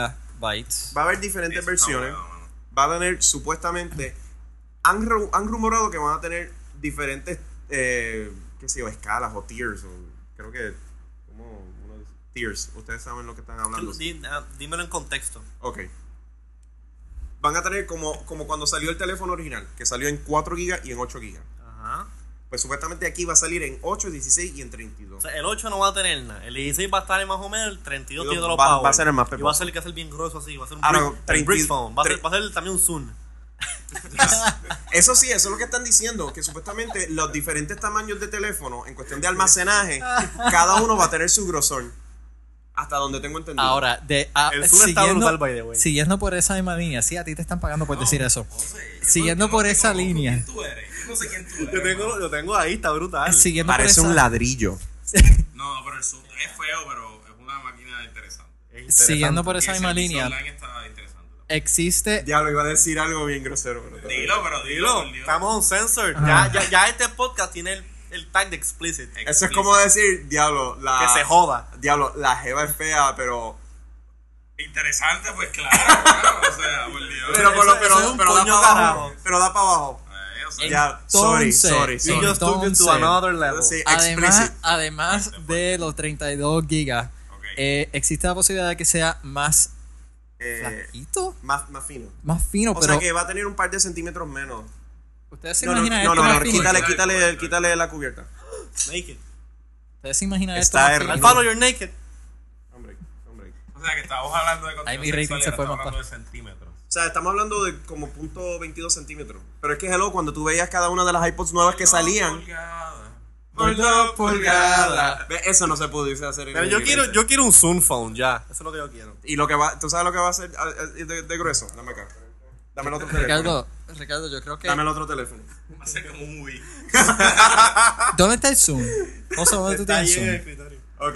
C: gigabytes.
A: Va a haber diferentes
D: Eso está
A: versiones.
D: bueno, mano.
A: va a tener supuestamente han, ru- han rumorado que van a tener diferentes eh, qué sé yo escalas o tiers o creo que como uno dice tiers ustedes saben lo que están hablando
E: Di- ah, Dímelo en contexto.
A: ok van a tener como, como cuando salió el teléfono original que salió en 4 gigas y en 8 gigas
E: Ajá.
A: pues supuestamente aquí va a salir en 8, 16 y en 32
E: O sea, el 8 no va a tener nada. El 16 va a estar en más o menos el 32 tiene todos los
A: Va-
E: power.
A: va a ser el más
E: Y va a
A: peposo.
E: ser el que va a ser bien grueso así. Va a ser un
A: Ah,
E: brick,
A: no,
E: el
A: 30
E: brick phone. Va a, ser,
A: tre-
E: va a ser también un Zoom.
A: Eso sí, eso es lo que están diciendo, que supuestamente los diferentes tamaños de teléfono, en cuestión de almacenaje, cada uno va a tener su grosor. Hasta donde tengo entendido.
C: Ahora, de, a-
E: El sur está
C: siguiendo,
E: brutal, by the way.
C: siguiendo por esa misma línea, sí, a ti te están pagando por decir eso.
D: José, yo
C: Siguiendo
D: no- yo
C: por
D: no te
C: esa
D: conozco
C: línea.
D: quién tú eres. Yo no sé quién tú eres.
E: Yo tengo,
D: mano.
E: lo tengo ahí, está brutal.
C: Siguiendo por
A: parece
C: esa,
A: un ladrillo.
D: No, pero el Zoom es feo, pero es una máquina interesante.
E: Es
C: siguiendo por
D: Y
C: esa
D: el
C: misma
D: servicio
C: línea,
D: online está interesante.
C: existe
A: Ya lo iba a decir algo bien grosero. pero-
D: Dilo, pero dilo.
E: Dilo,
D: por Dios.
E: estamos on sensor.
C: Ajá.
E: Ya, ya, ya este podcast tiene el, el tag de explicit. Que
A: Eso es como decir, diablo, la.
E: se joda.
A: Diablo, la jeva es fea, pero.
D: Interesante, pues claro, claro. O sea, por Dios.
A: Pero, pero,
E: eso
A: pero,
E: es un
A: pero da
E: coño
A: para abajo.
E: carajo.
A: Pero da para abajo.
D: Eh, o sea,
A: Ya, sorry,
C: Entonces,
A: sorry,
E: You
A: sorry.
E: just took it
C: Entonces-
E: to another level.
A: Sí,
C: Además,
A: explicit. Este
C: además de los 32 gigas,
D: Ok.
C: eh, existe la posibilidad de que sea más
A: Eh,
C: flaquito,
A: más, más fino.
C: más fino,
A: O
C: pero
A: sea que va a tener un par de centímetros menos.
C: ustedes se
A: No, no,
C: imaginan
A: no,
C: esto
A: no,
C: más
A: no,
C: fino?
A: quítale, quítale, quítale la cubierta.
E: Naked.
C: Ustedes se imaginan esto
A: Está
C: más
A: errado.
E: I
C: fino?
E: follow your naked.
A: Hombre, hombre.
D: o sea, que estábamos hablando de contenido
C: Ahí mi rating
D: sexual y
C: se
D: ahora
C: fue
D: estamos
C: más
D: hablando de centímetros.
A: O sea, estamos hablando de como punto 22 centímetros. Pero es que, hello, cuando tú veías cada una de las iPods nuevas que salían...
D: Pulgada.
A: Por dos pulgadas. Ve, Eso no se pudiese hacer en
E: Pero
A: el
E: yo quiero,
A: inglés.
E: yo quiero un Zoom phone ya. Eso es lo que yo quiero.
A: Y lo que va... ¿Tú sabes lo que va a hacer ah, ah, de, de grueso? Dame acá. Dame el otro teléfono.
C: Ricardo, Ricardo, yo creo que...
A: Dame el otro teléfono.
D: Va a ser como un Wii.
C: ¿Dónde está el Zoom? José, ¿dónde tú
E: Está
C: tienes
E: ahí en el
C: el Zoom?
E: escritorio.
A: Ok.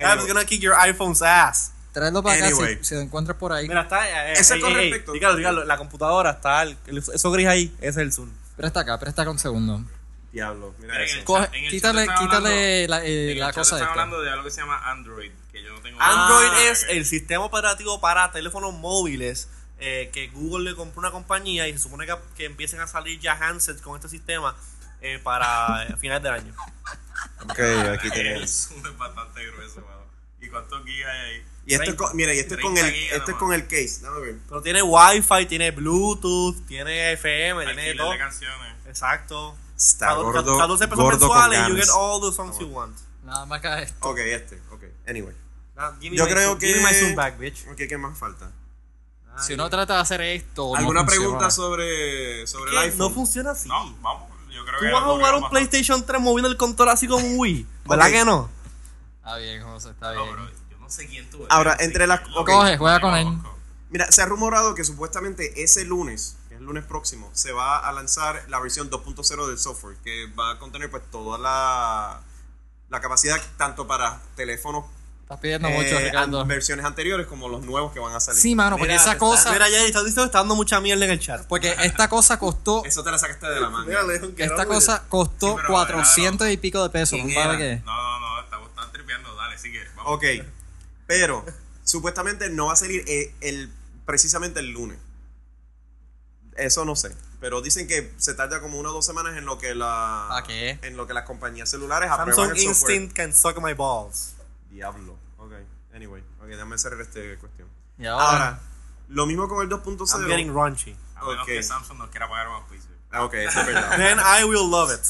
E: I'm gonna kick your iPhone's ass.
C: Tráelo para acá
A: Anyway.
C: si, si lo encuentras por ahí.
E: Mira, está. eh, eh,
A: Ese
E: eh,
A: con
E: eh,
A: respecto.
E: dígalo, dígalo, La computadora está. el- el- eso gris ahí. Ese es el Zoom.
C: Presta acá, presta acá un segundo.
A: Diablo, mira
D: Miren
A: eso.
D: el-
C: Coge-
D: en el
C: quítale
D: chat estaba
C: quítale
D: hablando-
C: la, eh,
D: En
C: la
D: el chat
C: cosa
D: están
C: esta.
D: hablando de algo que se llama Android, que yo no tengo...
E: Android
D: Ah,
E: es
D: ok.
E: el sistema operativo para teléfonos móviles eh, que Google le compró una compañía y se supone que, que empiecen a salir ya handsets con este sistema eh, para eh, finales del año.
A: Ok, aquí
D: El
A: tenemos.
D: Zoom es bastante grueso, mano. ¿Y cuántos gigas hay ahí?
A: Y esto es con, mira, y esto es con el,
D: 30 gigas
A: esto es
D: nomás.
A: con el case. Dame ver.
E: Pero tiene Wi-Fi, tiene Bluetooth, tiene FM, tiene de
D: Alquiler
E: todo.
D: de canciones.
E: Exacto.
A: Está
E: Cada-
A: gordo-
E: cada 12 pesos
A: gordo con
E: mensuales, you
A: ganas.
E: get all the songs you want.
C: Nada más
D: Ah,
C: que esto.
A: Ok, este. Ok, anyway.
E: Now, give me
A: Yo
E: my
A: creo
E: Zoom- give me my
A: que-
E: Zoom back, bitch.
A: Ok, ¿qué más falta?
C: Si uno trata de hacer esto, no
A: ¿Alguna
C: funciona.
A: pregunta sobre, sobre el
E: Que
A: iPhone?
E: no funciona así.
D: No, vamos. Yo creo
E: Tú
D: que...
E: vas a
D: lo
E: jugar un
D: más-
E: PlayStation 3 moviendo el control así como un Wii. ¿Verdad
A: Ok.
E: que no?
C: Está bien, José, está
D: No,
C: bien.
D: pero yo no sé quién tú eres.
A: Ahora,
D: Yo sé
A: entre las-
D: quién tú eres.
A: ok.
C: Coge, juega con él.
A: Mira, se ha rumorado que supuestamente ese lunes, que que es el lunes próximo, se va a lanzar la versión 2.0 del software, que va a contener pues toda la, la capacidad tanto para teléfonos
C: Estás pidiendo
A: eh,
C: mucho, Ricardo.
A: an- versiones anteriores como los nuevos que van a salir.
C: Sí, mano, porque
E: Mira,
C: esa
E: te
C: cosa.
E: está- Mira, ya está, diciendo que está dando mucha mierda en el chat.
C: Porque esta cosa costó.
A: Eso te la sacaste de la manga.
C: Esta cosa
D: Sí,
C: costó
D: pero,
C: 400 y pico de pesos.
A: ¿Quién
C: ¿Un par de
A: era?
C: qué?
D: No, no, no, estamos están tripeando, dale, sigue. Vamos.
A: Ok, pero supuestamente no va a salir eh, el, precisamente el lunes. Eso no sé. Pero dicen que se tarda como una o dos semanas en lo que la
C: ¿Para qué?
A: en lo que las compañías celulares aprueban
E: Samsung
A: el software.
E: Instinct can suck my balls.
A: Diablo. Ok. Anyway, ok, déjame cerrar esta cuestión.
C: Y
A: Ahora,
C: ahora.
A: lo mismo con el
E: I'm getting
A: 2.0.
E: raunchy.
D: A menos
A: ok.
D: que Samsung nos quiera pagar un auspicio.
A: Ah, ok, eso es verdad.
E: Then I will love it.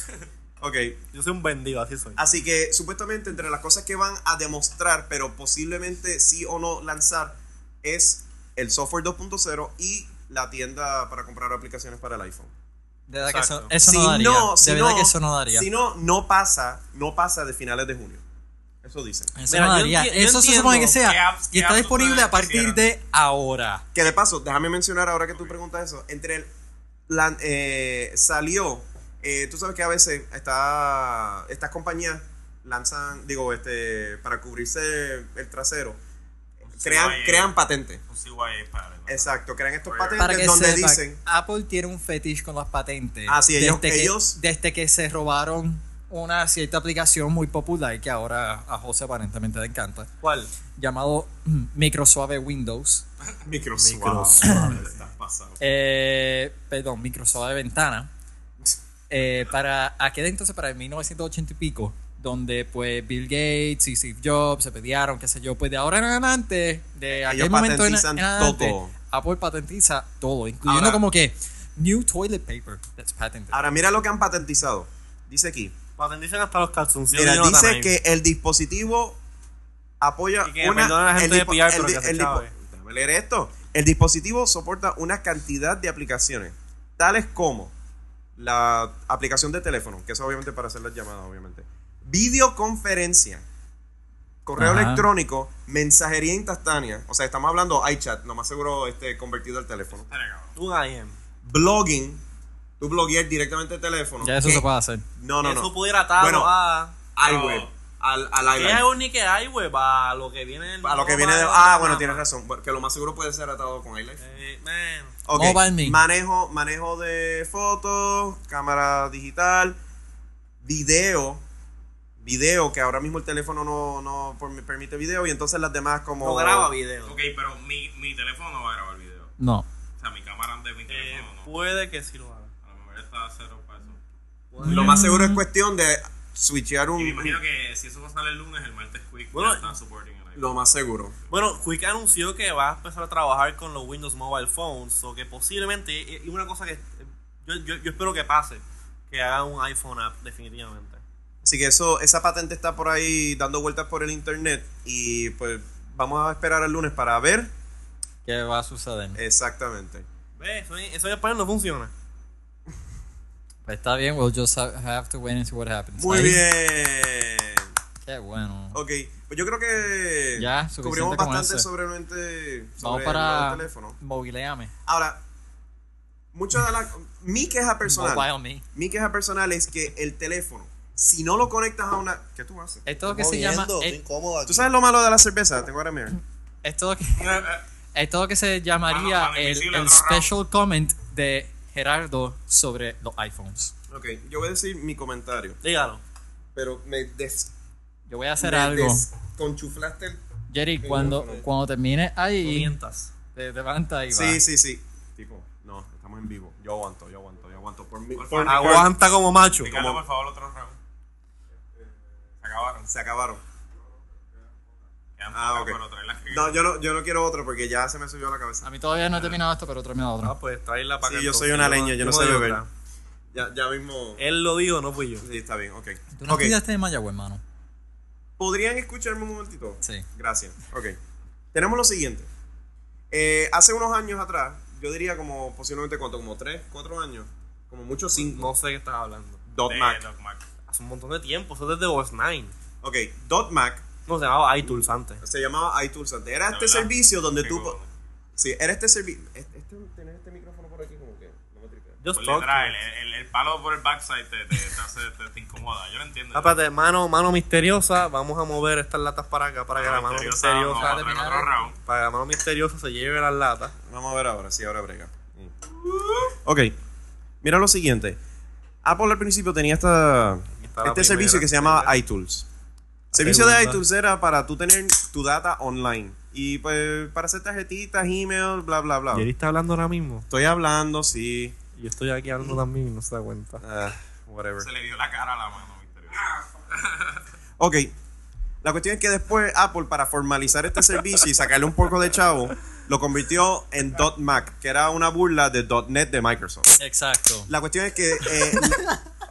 A: Ok,
E: Yo soy un vendido, así soy.
A: Así que supuestamente entre las cosas que van a demostrar, pero posiblemente sí o no lanzar, es el software 2.0 y la tienda para comprar aplicaciones para el iPhone.
C: de verdad que eso,
B: Exacto.
C: eso no daría.
A: si
C: de verdad
A: no-
C: que eso no daría.
A: Si no, no pasa, no pasa de finales de junio. Eso dicen.
C: eso
E: Mira,
C: no
E: yo
C: daría.
E: enti- yo
C: eso se
E: entiendo
C: supone que
D: qué
C: sea.
D: apps-
C: y
D: qué
C: está
D: apps
C: disponible
D: ustedes
C: a partir
D: quisieran.
C: de ahora.
A: Que de paso, déjame mencionar ahora que tú preguntas eso. Entre el. la- eh, salió. eh, tú sabes que a veces está, estas compañías lanzan, digo, este para cubrirse el trasero, crean,
D: CYA.
A: crean patentes.
D: Un CYA para. ¿no?
A: Exacto, crean estos
D: Para
A: patentes
C: Para que
A: donde
C: sepa,
A: dicen.
C: Apple tiene un fetish con las patentes.
A: Ah, sí, ellos-
C: desde,
A: ellos-
C: que, desde que se robaron una cierta aplicación muy popular que ahora a José aparentemente le encanta,
E: ¿Cuál?
C: llamado mm, Microsuave Windows.
A: Microsoft.
D: Estás pasado.
C: Eh, perdón, Microsoft de ventana. Eh, para aquel entonces, para el 1980 y pico, donde pues Bill Gates y Steve Jobs se pelearon, qué sé yo, pues de ahora en adelante, de aquel momento en, en
A: patentizan
C: adelante,
A: todo.
C: Apple patentiza todo, incluyendo
A: Ahora- Ah,
C: como que new toilet paper that's patented.
A: Ahora mira lo que han patentizado. Dice aquí.
E: Patentizan hasta los calzoncillos.
A: Mira,
E: de Jonathan
A: dice
E: ahí.
A: que el dispositivo apoya
E: Y que
A: una
E: perdone a la gente
A: el dispo-
E: de PR,
A: el
E: pero
A: di-
E: que se
A: el dispo-
E: chave.
A: Déjame leer esto. El dispositivo soporta una cantidad de aplicaciones, tales como la aplicación de teléfono, que es obviamente para hacer las llamadas, obviamente. Videoconferencia, correo
C: Ajá.
A: electrónico, mensajería instantánea, o sea, estamos hablando iChat, nomás seguro este convertido al teléfono.
D: Dale, cabrón.
E: Un IM.
A: Blogging, tú bloguear directamente el teléfono.
C: ya eso
A: que-
C: se puede hacer.
A: No, no,
E: Eso
A: no.
E: pudiera atarlo
A: Bueno,
E: a.
A: iWeb, al, al
E: ¿Qué
A: iWeb.
E: es un que hay, web? A lo que viene. del-
A: A lo que viene de. Ah, bueno, tienes razón. bueno, Que lo más seguro puede ser atado con iLife.
E: Eh, man.
A: Ok.
C: Mobile Me.
A: Manejo, manejo de fotos, cámara digital, video. Video, que ahora mismo el teléfono no, no por- me permite video. Y entonces las demás como.
E: No graba video.
D: Ok, pero mi, mi teléfono no va a grabar el video.
C: No.
D: O sea, mi cámara de mi
E: Eh,
D: teléfono no.
E: puede que sí lo haga.
D: A lo mejor está a cero para eso.
A: Lo más seguro
C: Mm.
A: es cuestión de switchear
D: Y
A: un.
D: me imagino que si eso va a salir el lunes, el martes quick
E: Bueno,
D: ya está supporting el iPhone.
A: Lo más seguro.
E: Bueno, Quick anunció que va a empezar a trabajar con los Windows Mobile Phones, o que posiblemente, y- y una cosa que eh, yo, yo- yo espero que pase, que haga un iPhone app definitivamente.
A: Así que eso, esa patente está por ahí dando vueltas por el internet. Y pues vamos a esperar al lunes para ver
C: ¿Qué va a suceder?
A: exactamente.
E: ¿Ves? Eso, en- eso en España no funciona.
C: Pues está bien, we'll just ha- have to wait and see what happens.
A: Muy
C: Ahí-
A: bien.
C: Qué bueno.
A: Ok, pues yo creo que
C: Ya, suficiente
A: cubrimos
C: con
A: bastante
C: eso.
A: sobremente
C: Vamos
A: sobre
C: para
A: el teléfono.
C: Mobileame.
A: Ahora, mucho de la mi queja personal,
C: Mobile Me.
A: mi queja personal es que el teléfono, si no lo conectas a una, ¿qué tú haces?
C: Esto que se llama. e-, es-
A: ¿Tú sabes lo malo de la cerveza? Tengo ahora mira.
C: Esto que.
D: Eh, eh,
C: Esto que se llamaría
D: Mano, mano
C: el,
D: invisible,
C: el
D: otro
C: special comment de Gerardo sobre los iPhones.
A: Ok, yo voy a decir mi comentario,
E: Dígalo.
A: pero me des
C: Yo voy a hacer
A: me
C: algo.
A: desconchuflaste el-
C: Jerry,
A: Sí,
C: cuando,
A: no, no.
C: cuando termines
E: No
C: ahí,
E: mientas.
C: te levanta y va.
A: Sí, sí, sí. Tipo, no, estamos en vivo. Yo aguanto, yo aguanto, yo aguanto por mi
D: Por
A: por mi-
E: Aguanta como macho.
D: Ricardo,
A: como-
D: por favor, otro round. Se acabaron.
A: se acabaron.
D: Quedan
A: Ah,
D: pocas,
A: ok.
D: pero trae las que-
A: No, yo no, yo no quiero otro porque ya se me subió a la cabeza.
C: A mí todavía no he terminado esto, pero termina
E: Ah,
C: otro.
E: pues traerla para
A: Sí,
E: acá
A: yo soy
E: entonces.
A: una leña, yo no
E: Como
A: sé
E: de
A: beber.
E: otra.
A: Ya, ya mismo.
E: Él lo dijo, no fui yo.
A: Sí, está bien, ok.
C: ¿Tú no este
A: Ok,
C: estudiaste en Mayagüez, hermano?
A: ¿Podrían escucharme un momentito?
C: Sí.
A: Gracias. Ok. Tenemos lo siguiente. Eh, hace unos años atrás, yo diría como posiblemente cuánto, como 3, 4 años, como mucho 5.
E: No sé qué estás hablando.
A: Dot
D: de
A: Mac.
D: Doc Mac.
E: Hace un montón de tiempo, eso desde OS 9.
A: Ok, Dot Mac
E: No, se llamaba iTunes antes.
A: se llamaba iTools antes. Era
D: La
A: este
D: verdad.
A: servicio donde
D: Qué
A: tú. po-
D: cojones.
A: Sí, era este servicio. Este, tener este micrófono por aquí como que.
E: Just
D: Pues le
E: talk to
D: trae, el,
E: us.
D: el- el palo por el backside te, te, te hace- te- te incomoda. Yo lo entiendo.
E: Ah, Espérate, mano, mano misteriosa, vamos a mover estas latas para acá para que la
D: Mano
E: mano
D: misteriosa, vamos
E: misteriosa,
D: a traer otro round.
E: para que la mano misteriosa se lleve las latas.
A: Vamos a ver ahora, sí, ahora brega. Mm. Ok. Mira lo siguiente. Apple al principio tenía esta,
E: Está la
A: este
E: primera.
A: servicio que se llamaba iTools. Servicio de
E: segunda.
A: iTools era para tú tener tu data online. Y pues para hacer tarjetitas, email, bla, bla, bla.
E: Jerry está hablando ahora mismo.
A: Estoy hablando, sí.
E: y Yo estoy aquí hablando también y no se da cuenta.
A: Ah, whatever.
D: Se le dio la cara a la mano misteriosa.
A: Ok. La cuestión es que después Apple, para formalizar este servicio y sacarle un poco de chavo, lo convirtió en .Mac, que era una burla de .NET de Microsoft.
C: Exacto.
A: La cuestión es que eh,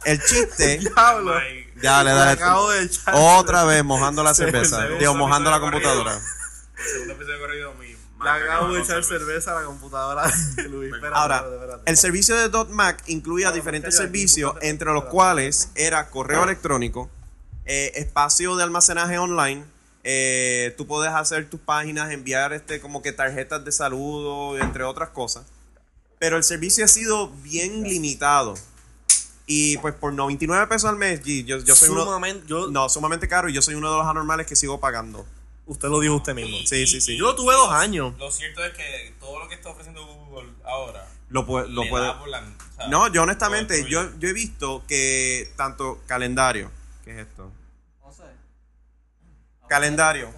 A: el chiste...
E: Pablo,
D: Like,
A: Dale,
E: me
A: dale.
E: acabo de echar.
A: Otra vez mojando la cerveza.
E: me
A: Digo,
D: gusta,
A: mojando
D: me
A: la
D: está
A: computadora.
D: el segundo episodio corrido, mi
E: Le
D: marca
E: acabo de
D: acabó
E: echar
D: con
E: cerveza a la computadora de Luis. Espérate,
A: Ahora,
E: espérate, espérate.
A: El servicio de .Mac incluía diferentes
E: cayó aquí,
A: servicios,
E: búscate la
A: entre los cuales era
E: Ah.
A: correo electrónico, eh, espacio de almacenaje online, eh, tú puedes hacer tus páginas, enviar este como que tarjetas de saludo, entre otras cosas. Pero el servicio ha sido bien limitado. Y pues por 99 pesos al mes, y yo, yo soy uno...
E: Sumamente- yo-
A: No, sumamente caro y yo soy uno de los anormales que sigo pagando.
E: Usted lo dijo usted mismo.
A: Sí, sí, sí.
E: Yo tuve dos años.
D: Lo cierto es que todo lo que está ofreciendo Google ahora
A: Lo, pue- lo
D: le
A: puede...
D: da por la- o sea,
A: No, yo honestamente,
D: todo
A: yo, yo he visto que tanto calendario. ¿Qué es esto? Calendario.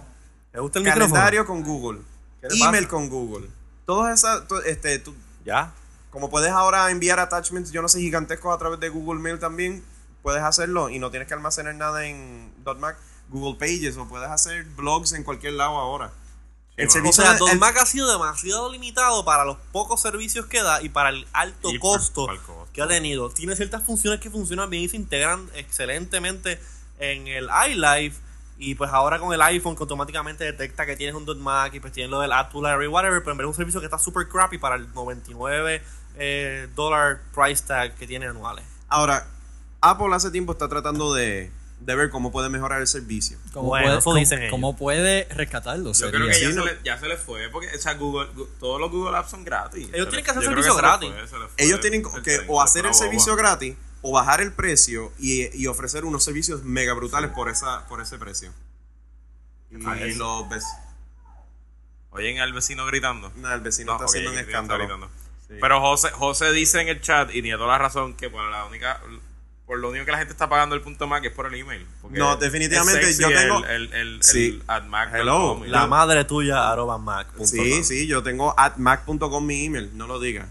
E: ¿Le gusta el micrófono?
A: Calendario con Google.
E: ¿Qué le
A: Email
E: pasa?
A: con Google. Todas esas, to- este, tú-
E: Ya.
A: como puedes ahora enviar attachments, yo no sé, gigantescos a través de Google Mail también, puedes hacerlo y no tienes que almacenar nada en .Mac, Google Pages o puedes hacer blogs en cualquier lado ahora. el
E: O
A: servicio
E: sea,
A: de-
E: Don
A: el-
E: Mac ha sido demasiado limitado para los pocos servicios que da y para el alto
D: Y por-
E: costo
D: por el costo.
E: que ha tenido. Tiene ciertas funciones que funcionan bien y se integran excelentemente en el iLife. Y pues ahora con el iPhone que automáticamente detecta que tienes un Don Mac y pues tienes lo del App to Library, whatever. Pero en verdad es un servicio que está super crappy para el 99 eh, dólar price tag que tiene anuales.
A: Ahora, Apple hace tiempo está tratando de, de ver cómo puede mejorar el servicio.
C: ¿Cómo,
E: Bueno,
C: puede,
E: eso
C: cómo-
E: dicen ellos.
C: cómo puede rescatarlo?
D: Yo
C: Sería.
D: creo que ya,
A: Sí, no.
D: se le, ya se les fue, porque o sea, Google, Gu- todos los Google Apps son gratis.
E: Ellos
D: Se
E: tienen
D: les-
E: que hacer
D: yo creo
E: servicio
D: se les
E: gratis.
D: fue, se les fue
A: Ellos tienen
D: el
A: que
D: tren,
A: o
D: se
A: hacer
D: fue
A: el
D: la
A: servicio
D: guagua.
A: gratis o bajar el precio y, y ofrecer unos servicios mega brutales por esa por ese precio. Y
D: Ah, eso.
A: los ves.
D: Oyen al vecino gritando.
A: Nah, el vecino está
D: ok,
A: haciendo un
D: el vecino está
A: escándalo.
D: gritando.
A: Sí.
D: Pero José, José dice en el chat, y tiene toda la razón, que por la única por lo único que la gente está pagando el punto Mac es por el email. porque
A: No, definitivamente,
D: es sexy
A: yo
D: el-
A: tengo-
D: El, el, el
A: Sí.
D: at Mac
A: Hello,
D: punto com y
E: La
A: Yo-
E: madre tuya, arroba Mac. punto
A: Sí,
E: com.
A: sí, yo tengo at mac.com mi email, no lo diga.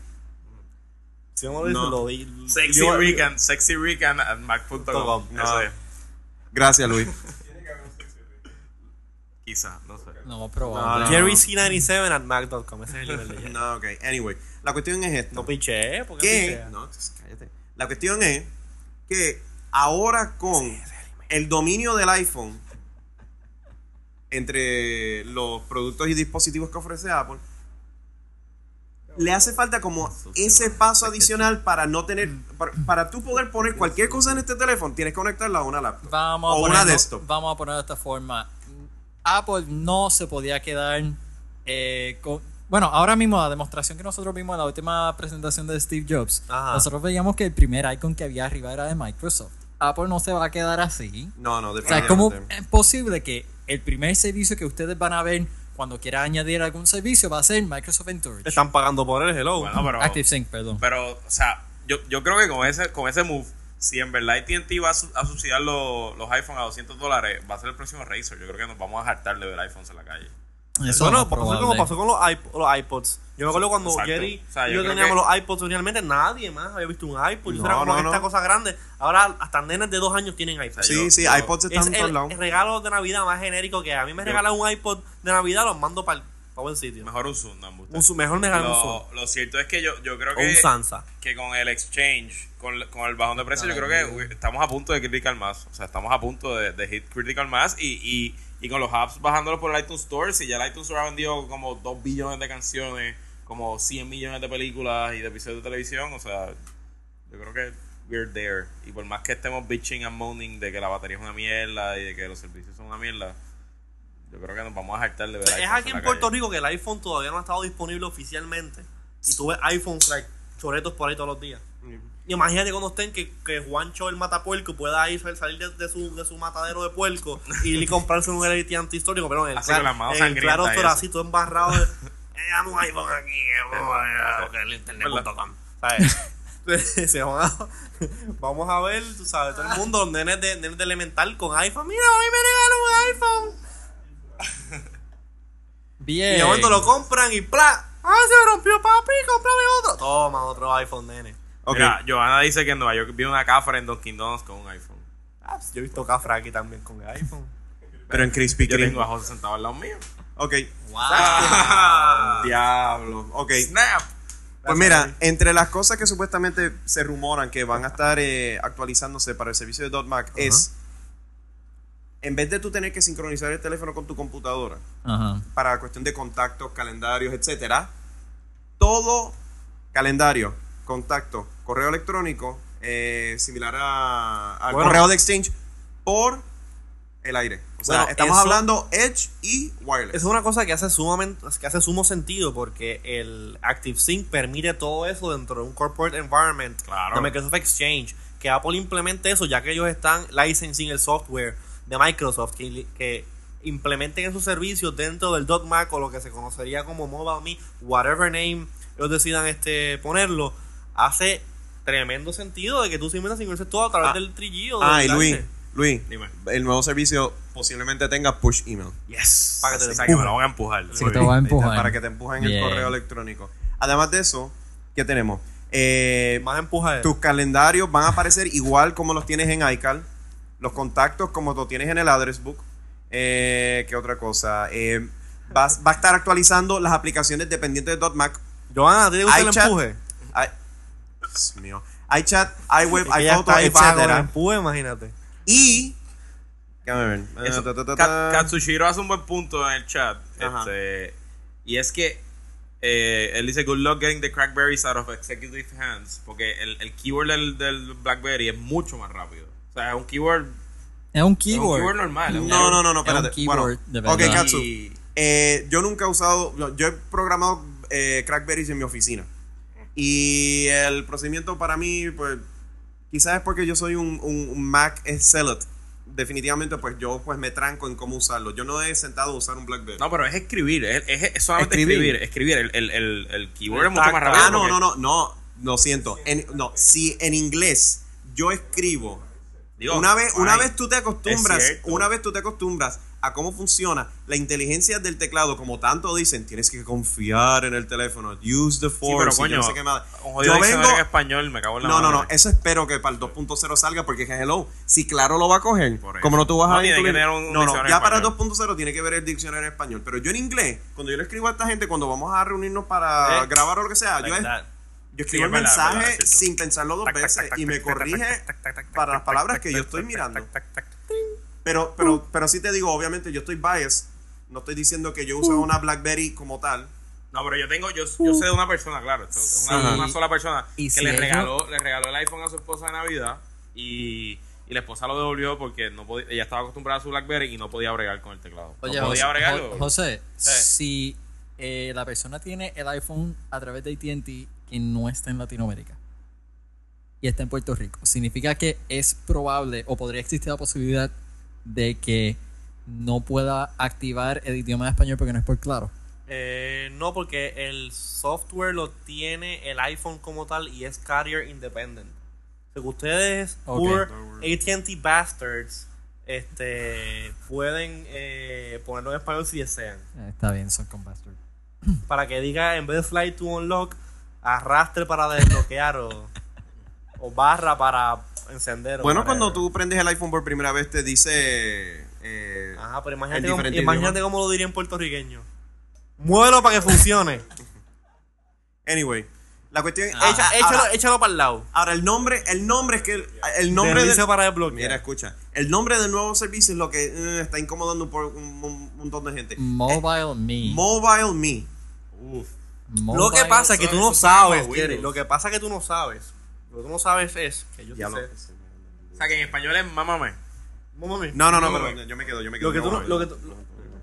E: Si uno lo dice,
A: No.
E: lo di-
D: Sexy
E: yo-
D: Rican, sexy Rican at Mac.com.
E: com.
A: No.
D: Eso es.
A: Gracias, Luis.
D: Quizá, no sé.
C: No, probamos.
A: No, no.
E: Jerry C97 at Mac.com. Ese es el nivel de Jerry.
A: no, ok. Anyway, la cuestión es esta.
E: No pues piché, ¿por qué
A: que
E: piché?
A: no, cállate. La cuestión es que ahora con el dominio del iPhone entre los productos y dispositivos que ofrece Apple le hace falta como ese paso adicional para no tener para, para tú poder poner cualquier cosa en este teléfono tienes que conectarla a una laptop
C: Vamos a,
A: o
C: ponerlo-
A: una desktop
C: vamos a ponerlo de esta forma. Apple no se podía quedar eh, con... Bueno, ahora mismo la demostración que nosotros vimos en la última presentación de Steve Jobs,
E: Ajá.
C: nosotros veíamos que el primer icon que había arriba era de Microsoft. Apple no se va a quedar así.
A: no no
C: O sea, ¿cómo
A: definitivamente
C: es posible que el primer servicio que ustedes van a ver cuando quieran añadir algún servicio va a ser Microsoft Storage?
E: Están pagando por el hello.
D: Bueno, pero.
C: ActiveSync, perdón.
D: Pero, o sea, yo, yo creo que con ese, con ese move, si en verdad AT&T va a, su- a subsidiar lo- los iPhone a 200 dólares, va a ser el próximo Razer. Yo creo que nos vamos a hartar de ver iPhones en la calle.
C: Eso
E: Bueno,
C: no es
E: pasó como
C: probable.
E: pasó con los, iP- los iPods. Yo me acuerdo cuando
D: Exacto.
E: Jerry
D: O sea,
E: y
D: yo
E: yo,
D: creo
E: teníamos
D: que-
E: los iPods originalmente, nadie más había visto un iPod. Yo
A: No,
E: era como
A: no,
E: que
A: no.
E: esta cosa grande. Ahora hasta nenes de dos años tienen iPods.
A: sí
D: yo-
A: sí
D: yo-
A: iPods
E: es
A: están en todos
E: el,
A: lados
E: regalo de Navidad más genérico que hay. a mí me regalan un iPod de Navidad, los mando para buen sitio.
D: Mejor un Zoom, no, embuste.
E: Un Zoom- mejor me regalan un Zoom.
D: lo, lo cierto es que yo, yo creo
E: O un
D: que,
E: Sansa.
D: que con el exchange, con, con el bajón de precio, yo creo que uy, estamos a punto de critical mass. O sea, estamos a punto de, de hit critical mass y, y, y con los apps bajándolo por el iTunes Store, si ya el iTunes Store ha vendido como 2 billones de canciones, como 100 millones de películas y de episodios de televisión, o sea, yo creo que we're there. Y por más que estemos bitching and moaning de que la batería es una mierda y de que los servicios son una mierda, yo creo que nos vamos a hartar de ver
E: Es
D: iPhones
E: aquí
D: la
E: en Puerto
D: calle.
E: Rico que el iPhone todavía no ha estado disponible oficialmente. Y tú ves iPhones like choretos por ahí todos los días. Y Imagínate cuando estén que, que Juancho el matapuerco pueda ir salir de, de su, de su matadero de puerco y comprarse un reality antihistórico, pero en el,
D: Así Ah, con las manos
E: en el claro
D: sangrientas y
E: Ostor
D: eso.
E: así todo embarrado. de, eh, dame un iPhone aquí, eh, vamos a- a- que el internet.com. ¿Sabes? Entonces, se van a- vamos a ver, tú sabes, todo el mundo, los nenes de, nenes de elemental con iPhone. Mira, hoy me regalan un iPhone. Y
C: Bien.
E: de momento lo compran y ¡plá! ¡Ah, se rompió, papi! ¡Cómprame otro! Toma, otro iPhone, nene.
A: Ok.
D: Mira, Johanna dice que en Nueva York vio una cafra en Dunkin' Donuts con un iPhone.
E: Ah, pues, yo he visto Cafra aquí también con el iPhone.
A: Pero en Crispy
D: Yo tengo a
A: Kreme.
D: José sentado al lado mío.
A: Ok.
C: Wow.
A: Diablo. Ok.
D: ¡Snap!
A: Pues mira, entre las cosas que supuestamente se rumoran que van a estar eh, actualizándose para el servicio de .Mac es, en vez de tú tener que sincronizar el teléfono con tu computadora
C: Ajá.
A: para cuestión de contactos, calendarios, etcétera, todo calendario, contacto, correo electrónico, eh, similar a- al
E: Bueno.
A: correo de Exchange, por el aire. O sea,
E: Bueno,
A: estamos
E: eso-
A: hablando Edge y wireless.
E: Es una cosa que hace, sumamente, que hace sumo sentido porque el ActiveSync permite todo eso dentro de un corporate environment
D: Claro.
E: de Microsoft Exchange. Que Apple implemente eso ya que ellos están licensing el software de Microsoft que, li- que implementen esos servicios dentro del .Mac o lo que se conocería como Mobile Me, whatever name ellos decidan este ponerlo, hace tremendo sentido de que tú simplemente sincronices todo a través
A: Ah.
E: del trillillo.
A: Ah,
E: del
A: y Luis,
E: cable.
A: Luis,
D: Dime.
A: el nuevo servicio posiblemente tenga push email.
D: Yes.
E: Para que te
D: o sea, que me lo voy a empujar.
C: Sí,
D: Muy
C: que te
D: bien.
C: voy a
A: Ahí está,
C: empujar.
E: eh.
A: Para que te empujen el
C: Bien.
A: correo electrónico. Además de eso, ¿qué tenemos? Eh,
E: Más empuja
A: tus calendarios van a aparecer igual como los tienes en iCal. Los contactos como los tienes en el address book. Eh, ¿Qué otra cosa? Eh, vas- va a estar actualizando las aplicaciones dependientes de .Mac.
E: Joana, ¿a ti te gusta el
A: iChat,
E: empuje?
A: i- Dios mío. iChat, iWeb,
E: Que ya
A: iPhoto,
E: está ahí para con el
A: etc.
E: empuje, imagínate.
A: Y... Déjame ver.
D: Eso.
A: Ta, ta, ta,
D: Ka-
A: ta.
D: Eh, Katsushiro hace un buen punto en el chat.
A: Ajá.
D: Este, y es que eh, él dice: Good luck getting the crackberries out of executive hands. Porque el, el keyboard del, del Blackberry es mucho más rápido. O sea, es un keyboard,
C: Es un
D: es un keyboard
C: keyword.
D: normal. es un
A: No, no, no, no,
C: Es un
A: espérate.
C: keyboard, de
A: bueno, ok,
C: verdad.
A: Katsu.
D: Y-
A: eh, yo nunca he usado. no, Yo he programado eh, Crackberries en mi oficina. Y el procedimiento para mí, pues, quizás es porque yo soy un, un- un Mac Zealot. Definitivamente, pues yo pues me tranco en cómo usarlo. Yo no he sentado a usar un Blackberry.
D: No, pero es escribir, es, es, es solamente
A: Escribir.
D: escribir. Escribir, El, el, el, el keyboard es mucho
E: Tacto.
D: más rápido.
A: ah, no,
D: porque-
A: no, no, no, lo siento. En- no, si en inglés yo escribo
D: Digo,
A: una vez, una
D: ay,
A: vez tú te acostumbras,
D: es cierto.
A: una vez tú te acostumbras a cómo funciona la inteligencia del teclado, como tanto dicen, tienes que confiar en el teléfono, use the
D: Sí,
A: force,
D: pero
A: y yo
D: coño,
A: no sé qué más.
D: un jodido
A: Yo
D: diccionario
A: vengo,
D: en español, me cago en la
A: no, no, no,
D: madre.
A: eso espero que para el 2.0 salga, porque hello, si claro lo va a coger,
D: Por eso.
A: como no tú vas
D: No,
A: a
D: tiene
A: incluir-
D: que tener un
A: no, no,
D: diccionario
A: ya
D: en
A: para el
D: español.
A: 2.0 tiene que ver el diccionario en español, pero yo en inglés, cuando yo le escribo a esta gente, cuando vamos a reunirnos para
D: Eh,
A: grabar o lo que sea, yo
D: Like
A: es
D: that.
A: yo escribo
D: Sí,
A: el
D: es verdad,
A: mensaje
D: verdad, es cierto.
A: sin pensarlo dos
D: Tac, tac,
A: veces
D: tac, tac,
A: y me
D: tac, tac,
A: corrige
D: tac, tac, tac, tac,
A: para las
D: tac,
A: palabras
D: tac,
A: que
D: tac,
A: yo
D: tac,
A: estoy
D: tac,
A: mirando.
D: tac, tac, tac.
A: Pero, pero, pero sí te digo, obviamente yo estoy biased. No estoy diciendo que yo usaba una BlackBerry como tal.
D: No, pero yo tengo, yo, yo sé de una persona, claro, esto es una,
C: Sí.
D: una sola persona
C: Y
D: que
C: si
D: le
C: ellos-
D: regaló, le regaló el iPhone a su esposa de Navidad y, y la esposa lo devolvió porque no podía, ella estaba acostumbrada a su BlackBerry y no podía bregar con el teclado.
C: Oye, José,
D: no podía bregarlo.
C: Jo- José,
D: Sí.
C: si eh, la persona tiene el iPhone a través de ATT que no está en Latinoamérica y está en Puerto Rico, significa que es probable o podría existir la posibilidad de que no pueda activar el idioma de español porque no es por claro.
E: Eh, no, porque el software lo tiene el iPhone como tal y es carrier independent. O sea, que ustedes,
C: Ok.
E: poor ATT bastards, este, pueden eh, ponerlo en español si desean.
C: Eh, está bien, son con bastard.
E: Para que diga, en vez de slide to unlock, arrastre para desbloquear o, o barra para encender. o
A: bueno,
E: whatever.
A: cuando tú prendes el iPhone por primera vez te dice... eh,
E: Ajá, pero
A: En
E: imagínate, cómo,
A: diferentes
E: imagínate cómo lo diría en puertorriqueño. Muévelo para que funcione.
A: anyway, la cuestión es...
E: Echa- échalo,
A: ahora,
E: échalo para el lado.
A: ahora, el nombre, el nombre es que... El, el nombre
E: Deslice
A: del-
E: para desbloquear.
A: Mira, escucha. El nombre del nuevo servicio es lo que eh, está incomodando un, por- un- un montón de gente.
C: Mobile Me.
A: Mobile Me.
D: Uf.
C: Mobile
E: Lo que pasa es que
D: eso-
E: tú no
D: eso se llama
E: sabes,
D: Windows.
E: Jerry. Lo que pasa es que tú no sabes. Lo que tú no sabes es que yo
A: Ya
E: sí
A: lo-
E: sé.
D: O sea, que en español es mámame.
E: Un momento.
A: No, no, no,
D: No,
A: pero
D: no.
A: yo me quedo, yo me quedo.
E: eh. Lo que tú no,
A: no,
E: lo que tú-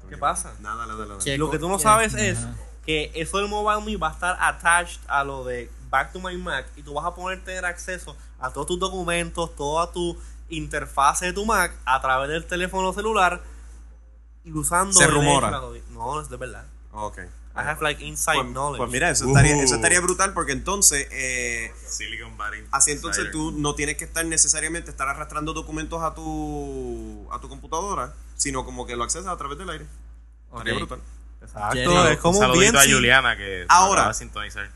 E: ¿Qué pasa?
A: Nada, nada, nada. nada.
C: ¿Qué
E: Lo que tú no
C: co-
E: sabes
C: qué-
E: es
C: Ajá.
E: que eso del Mobile Me va a estar attached a lo de Back to My Mac y tú vas a poder tener acceso a todos tus documentos, toda tu interfase de tu Mac a través del teléfono celular y usando.
A: Se
E: el
A: rumora.
E: Edge para- No, es de verdad.
A: Ok.
E: I have like inside
A: Pues,
E: knowledge. Uh.
A: pues mira, eso estaría, eso estaría brutal porque entonces eh,
D: Silicon Valley.
A: Así entonces
D: Insider.
A: tú no tienes que estar necesariamente estar arrastrando documentos a tu a tu computadora, sino como que lo accesas a través del aire. Estaría
C: Ok.
A: brutal.
E: Exacto,
C: Jerry.
E: es como
D: un
E: un bien.
D: saludito a
E: sim-
D: Juliana que
A: Ahora.
D: va a sintonizar.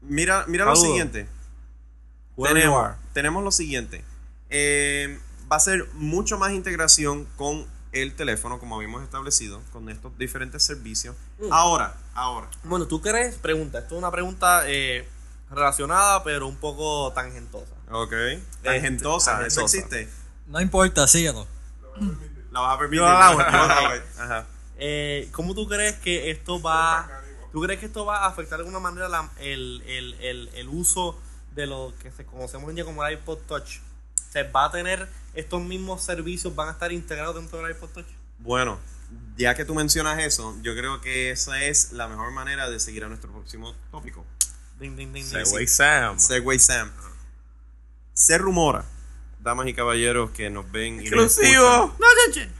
A: Mira, mira lo
E: Saludos.
A: siguiente.
E: Where you
A: Tenemos,
E: are.
A: tenemos lo siguiente. Eh, va a ser mucho más integración con el teléfono, como habíamos establecido, con estos diferentes servicios.
E: Mm.
A: Ahora, ahora.
E: Bueno, ¿tú crees? Pregunta. Esto es una pregunta eh, relacionada, pero un poco tangentosa.
A: Ok. Tangentosa, eso
E: Tangentosa.
A: existe.
C: No importa, síguelo.
A: La vas a permitir.
E: Yo la hago, yo la hago.
A: Ajá.
E: Eh, ¿Cómo tú crees que esto va... ¿Tú crees que esto va a afectar de alguna manera la- el, el- el- el uso de lo que se conocemos hoy en día como el iPod Touch? ¿Se va a tener estos mismos servicios, van a estar integrados dentro del iPod Touch?
A: Bueno, ya que tú mencionas eso, yo creo que esa es la mejor manera de seguir a nuestro próximo tópico.
E: Ding, ding, ding, ding.
D: Segway Sam.
A: Segway Sam. Se rumora, damas y caballeros que nos ven y nos
D: Exclusivo.
A: escuchan.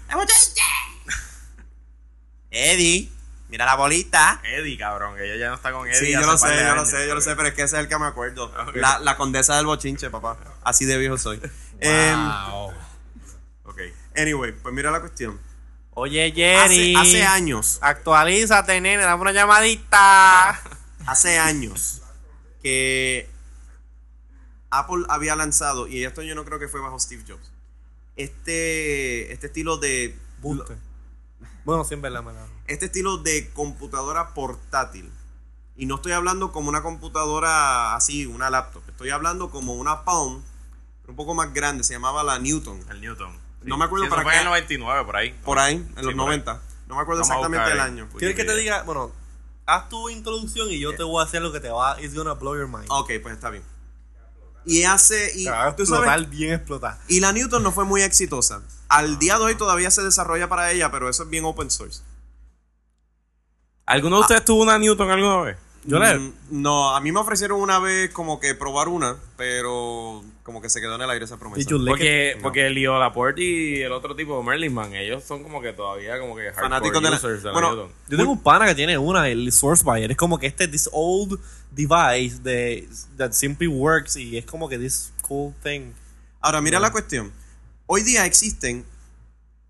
A: Eddie, mira la bolita.
D: Eddie, cabrón, que ella ya no está con Eddie.
A: Sí, yo
D: hace
A: lo
D: par de
A: sé, yo lo
D: años. Ah,
A: sé, yo lo sé, pero es que ese es el que me acuerdo.
D: Ok.
A: La, la condesa del bochinche, papá. Así de viejo soy. Em,
C: Wow.
D: Ok.
A: anyway, pues mira la cuestión.
E: Oye,
A: Hace,
E: Jerry.
A: hace años,
E: Actualízate, nene, dame una llamadita.
A: hace años que Apple había lanzado, y esto yo no creo que fue bajo Steve Jobs, este, este estilo de
E: Buste. Bueno, sí, en verdad, en verdad.
A: este estilo de computadora portátil. Y no estoy hablando como una computadora así, una laptop. Estoy hablando como una Palm, pero un poco más grande. Se llamaba la Newton.
D: El Newton.
A: No me acuerdo
D: Sí, eso
A: para
D: fue
A: qué-
D: en el 99, por ahí.
A: Por ahí, en los
D: por
A: 90. No me acuerdo
D: Vamos a
A: exactamente
D: buscar
A: el
D: ahí.
A: año.
E: ¿Quieres que te diga? Bueno, haz tu introducción y yo te voy a hacer lo que te va... It's gonna blow your mind.
A: Ok, pues está bien. Y hace... Y,
E: Te
D: Ah,
E: va a
A: tú sabes-
E: explotar, bien explotar.
A: y la Newton no fue muy exitosa. Al día de hoy todavía se desarrolla para ella, pero eso es bien open source.
D: ¿Alguno de ustedes tuvo una Newton alguna vez? Yo le.
A: Mm, No, a mí me ofrecieron una vez como que probar una, pero como que se quedó en el aire esa promesa.
E: Did you lick it?
D: Porque,
A: No.
D: porque Leo Laporte y el otro tipo, Merlin Man, ellos son como que todavía como que hardcore
A: Fanáticos de la-
D: users de la
A: bueno,
D: Newton.
E: Yo tengo un pana que tiene una, el Source Buyer. Es como que este, this old device de, that simply works y es como que this cool thing.
A: Ahora, mira la cuestión. Hoy día existen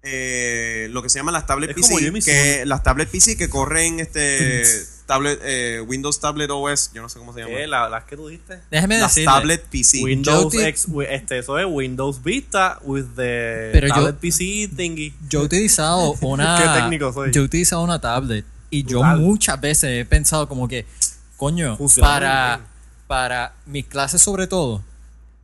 A: eh, lo que se llaman las tablets
E: Es como yo
A: PC,
E: y mi
A: que, las tablets PC que corren este tablet, eh, Windows Tablet OS, yo no sé cómo se
E: ¿Qué?
A: llama.
E: Eh, La- ¿Las que tú dijiste?
C: Déjeme
A: Las
C: decirle.
A: tablet PC.
E: Windows
C: yo te-
E: X, wi- este, eso es Windows Vista with the
C: Pero yo-
E: tablet PC thingy.
C: Yo he utilizado una.
E: Qué técnico soy.
C: Yo he utilizado una tablet. Y yo
E: Brutal.
C: muchas veces he pensado como que, coño,
E: Funciona muy
C: para,
E: bien.
C: para mis clases sobre todo.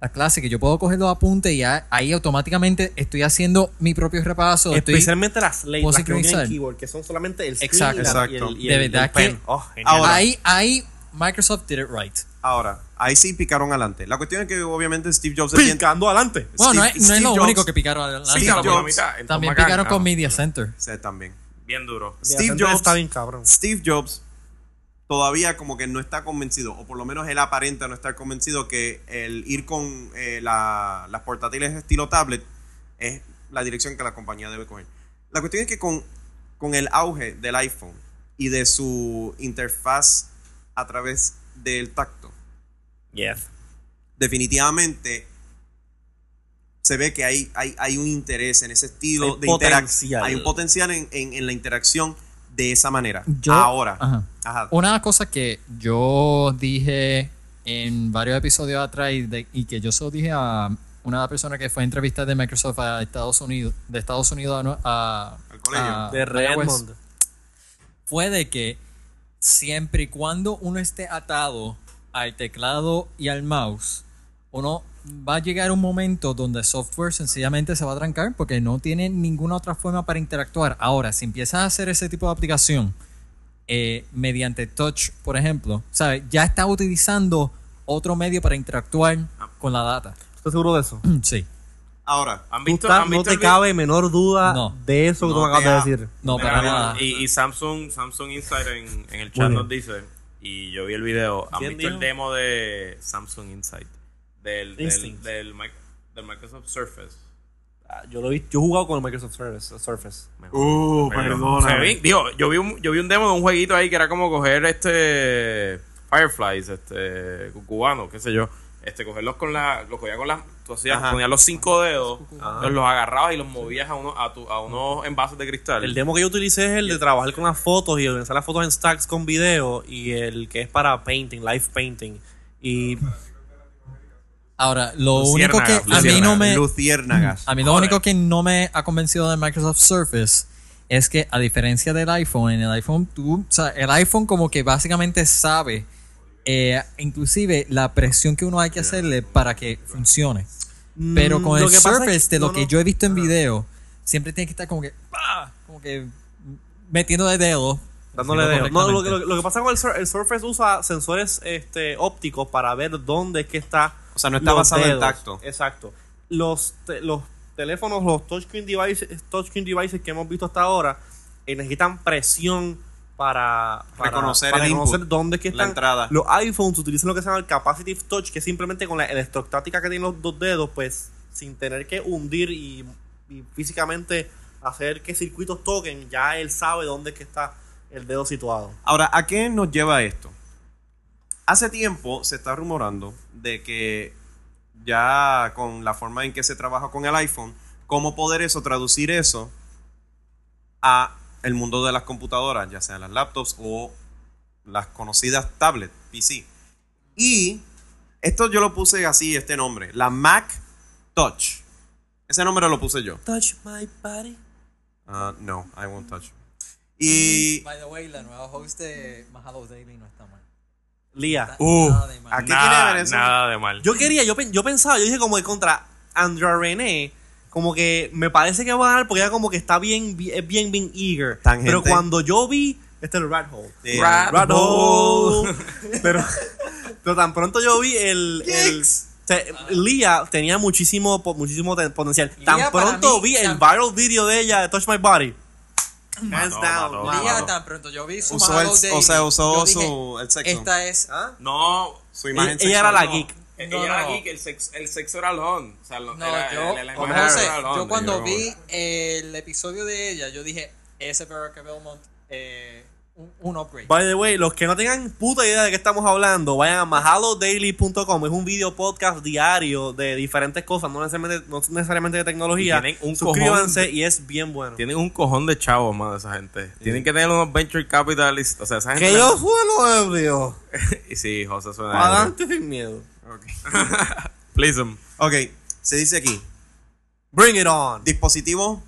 C: Las clases que yo puedo coger los apuntes y ya ahí automáticamente estoy haciendo mi propio repaso. estoy-
E: Especialmente las leyes,
C: ¿Puedo
E: las que no tienen
C: sincronizar?
E: keyboard, que son solamente el screen
C: Exacto.
E: y, la- y
A: Exacto.
E: el, y
C: De
E: el- el
C: verdad
E: pen.
C: que-
E: Oh, genial.
A: Ahora.
C: ahí, ahí Microsoft did it right.
A: Ahora, ahí sí picaron adelante. La cuestión es que obviamente Steve Jobs se siente-
E: Picando adelante.
C: Bueno, no
A: Steve-
C: es, no es
A: Steve
C: lo
A: Jobs-
C: único que picaron adelante.
A: Steve
D: Picaron por la
A: Jobs.
D: mitad, en
C: También
D: Tomacán.
C: picaron
D: Ah,
C: con Media Center.
A: se también.
D: Bien duro.
E: Mira,
A: Steve
E: Sandra
A: Jobs-
E: Está bien cabrón.
A: Steve Jobs todavía como que no está convencido, o por lo menos él aparenta no estar convencido que el ir con eh, la- las portátiles estilo tablet es la dirección que la compañía debe coger. La cuestión es que con, con el auge del iPhone y de su interfaz a través del tacto,
E: Yes.
A: definitivamente se ve que hay, hay, hay un interés en ese estilo
E: Hay
A: de interacción.
E: potencial.
A: Hay un potencial en, en- en la interacción de esa manera.
C: Yo-
A: Ahora.
C: Ajá.
A: Ajá.
C: Una de las cosas que yo dije en varios episodios atrás y, de- y que yo se lo dije a una persona que fue a entrevistar de Microsoft a Estados Unidos, de Estados Unidos a, Nue- a-
A: Al colegio.
C: a-
E: De
C: a Mayagüez,
E: Redmond.
C: fue de que siempre y cuando uno esté atado al teclado y al mouse, uno va a llegar un momento donde el software sencillamente se va a trancar porque no tiene ninguna otra forma para interactuar. Ahora, si empiezas a hacer ese tipo de aplicación eh, mediante touch, por ejemplo, ¿sabes? ya estás utilizando otro medio para interactuar
D: Ah.
C: con la data.
E: ¿Estás seguro de eso?
C: Sí.
A: Ahora,
D: ¿Han
E: Tú
D: visto,
E: estás-
D: han
E: no
D: visto
E: te
D: el vi-
E: cabe menor duda
C: No.
E: de eso que
A: No
E: tú me
A: te
E: acabas de
A: ha-
E: decir.
C: No,
D: Mira,
C: para
D: mira,
C: nada.
D: Y, y Samsung, Samsung Insider en, en el chat
E: Muy
D: nos dice, Y yo vi el video. ¿Han
E: ¿Quién
D: visto el
E: dijo?
D: demo de Samsung Insight? Del, del,
E: Instinct.
D: del, mic- del Microsoft Surface.
E: Ah, Yo lo vi, yo he jugado con el Microsoft Surface. Surface.
A: Uh,
D: Se vi- digo, yo vi, un, yo vi un demo de un jueguito ahí que era como coger este Fireflies, este cubano, qué sé yo. Este, cogerlos con la, los cogía con las, tú hacías,
A: Ajá.
D: ponías los cinco dedos, entonces los agarrabas y los movías a uno, a, tu- a unos envases de cristal.
E: El demo que yo utilicé es el de trabajar con las fotos y organizar las fotos en stacks con video y el que es para painting, live painting. Y
C: Ahora, lo único
D: Luciérnagas,
C: que a mí no me... Mm.
A: Luciérnagas.
C: A mí lo único que no me ha convencido de Microsoft Surface es que a diferencia del iPhone, en el iPhone tú, o sea, el iPhone como que básicamente sabe eh, inclusive la presión que uno hay que hacerle para que funcione. Pero con
E: Mm,
C: el
E: lo que pasa es
C: Surface,
E: que-
C: de lo
E: no,
C: que
E: no.
C: yo he visto en video, siempre tiene que estar como que, ¡pah! como que metiendo de dedo.
E: dándole
C: haciendo
E: dedo. No, lo, que-
C: correctamente.
E: lo- lo que pasa con el, Sur- el Surface usa sensores este, ópticos para ver dónde es que está.
A: O sea, no está
E: los
A: basado en
E: dedos.
A: tacto.
E: Exacto. Los, te- los teléfonos, los touchscreen devices, touchscreen devices que hemos visto hasta ahora eh, necesitan presión para, para
A: Reconocer
E: para
A: el
E: reconocer
A: input,
E: dónde es que
A: la
E: están.
A: entrada.
E: Los iPhones utilizan lo que se llama el capacitive touch, que es simplemente con la electrostática que tienen los dos dedos, pues sin tener que hundir y, y físicamente hacer que circuitos toquen, ya él sabe dónde es que está el dedo situado.
A: Ahora, ¿a qué nos lleva esto? Hace tiempo se está rumorando de que ya con la forma en que se trabaja con el iPhone, cómo poder eso, traducir eso a el mundo de las computadoras, ya sean las laptops o las conocidas tablets, PC. Y esto yo lo puse así, este nombre, la Mac Touch. Ese nombre lo puse yo.
E: Touch my body.
A: Ah, no, I won't touch. Y...
C: By the way, la nueva host de Mahalo Daily no está mal.
E: Lía.
A: Uh,
C: Nada de mal.
A: ¿a qué tiene que ver
D: nada,
A: eso?
D: nada de mal.
E: Yo quería, yo, pen- yo pensaba, yo dije como que contra Andrea René, como que me parece que va a ganar porque ella como que está bien, bi- es bien, bien eager.
A: Tangente.
E: Pero cuando yo vi, este es el rat hole.
A: Sí.
E: Rat hole. pero, pero tan pronto yo vi el... el te- Lía tenía muchísimo, po- muchísimo ten- potencial.
C: Lía
E: Tan
C: para
E: pronto
C: mí,
E: vi el
C: tan-
E: viral video de ella de Touch My Body. Hands
D: Mató,
E: down.
D: mató,
E: Lía
D: mató.
C: Lía,
D: Claro.
C: tan pronto yo vi su
A: Usó el-
C: Mahalo Daily,
A: o sea, usó
C: yo dije,
A: su, el sexo.
C: Esta es
E: ¿Ah?
D: No,
A: su
E: Ella,
A: imagen
E: ella era la
A: sexual.
E: geek.
D: eh,
C: No,
D: ella
C: no.
D: aquí que el sexo, el sexo era lon. O sea, lo-
C: No,
D: era-
C: yo,
D: la- la
C: como
D: imagen era
C: José,
D: lon.
C: yo
D: Y
C: cuando
D: como-
C: vi el episodio de ella, yo dije, ese Veronica Belmont, eh, un, un upgrade.
E: By the way, los que no tengan puta idea de qué estamos hablando, vayan a mahalodaily.com. Es un video podcast diario de diferentes cosas, no necesariamente, no necesariamente de tecnología.
D: Y tienen un
E: Suscríbanse
D: cojón de-
E: y es bien bueno.
D: Tienen un cojón de chavos, más esa gente. Tienen que tener unos venture capitalists. O sea, esa gente.
E: Que yo suelo ebrio.
D: Y sí, José suena.
E: Adelante sin miedo.
D: Please, um,
A: Ok, se dice aquí,
E: Bring it on.
A: dispositivo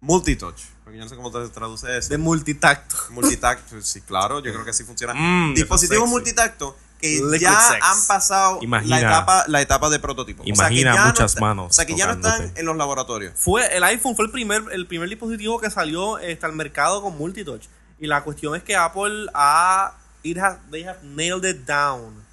A: multitouch. Porque yo no sé cómo se traduce eso.
E: De multitacto.
A: Multitacto, sí, claro, yo creo que así funciona.
D: Mm,
A: dispositivo
D: eso es sexy.
A: multitacto que
E: Liquid
A: ya
E: sex.
A: han pasado
D: Imagina-
A: la etapa la etapa de prototipo.
D: Imagina
A: ya no
D: muchas
A: está-
D: manos
A: O sea, que ya no están
D: tocándote.
A: en los laboratorios.
E: Fue, el iPhone fue el primer, el primer dispositivo que salió este, al mercado con multitouch. Y la cuestión es que Apple ha. It has, they have nailed it down.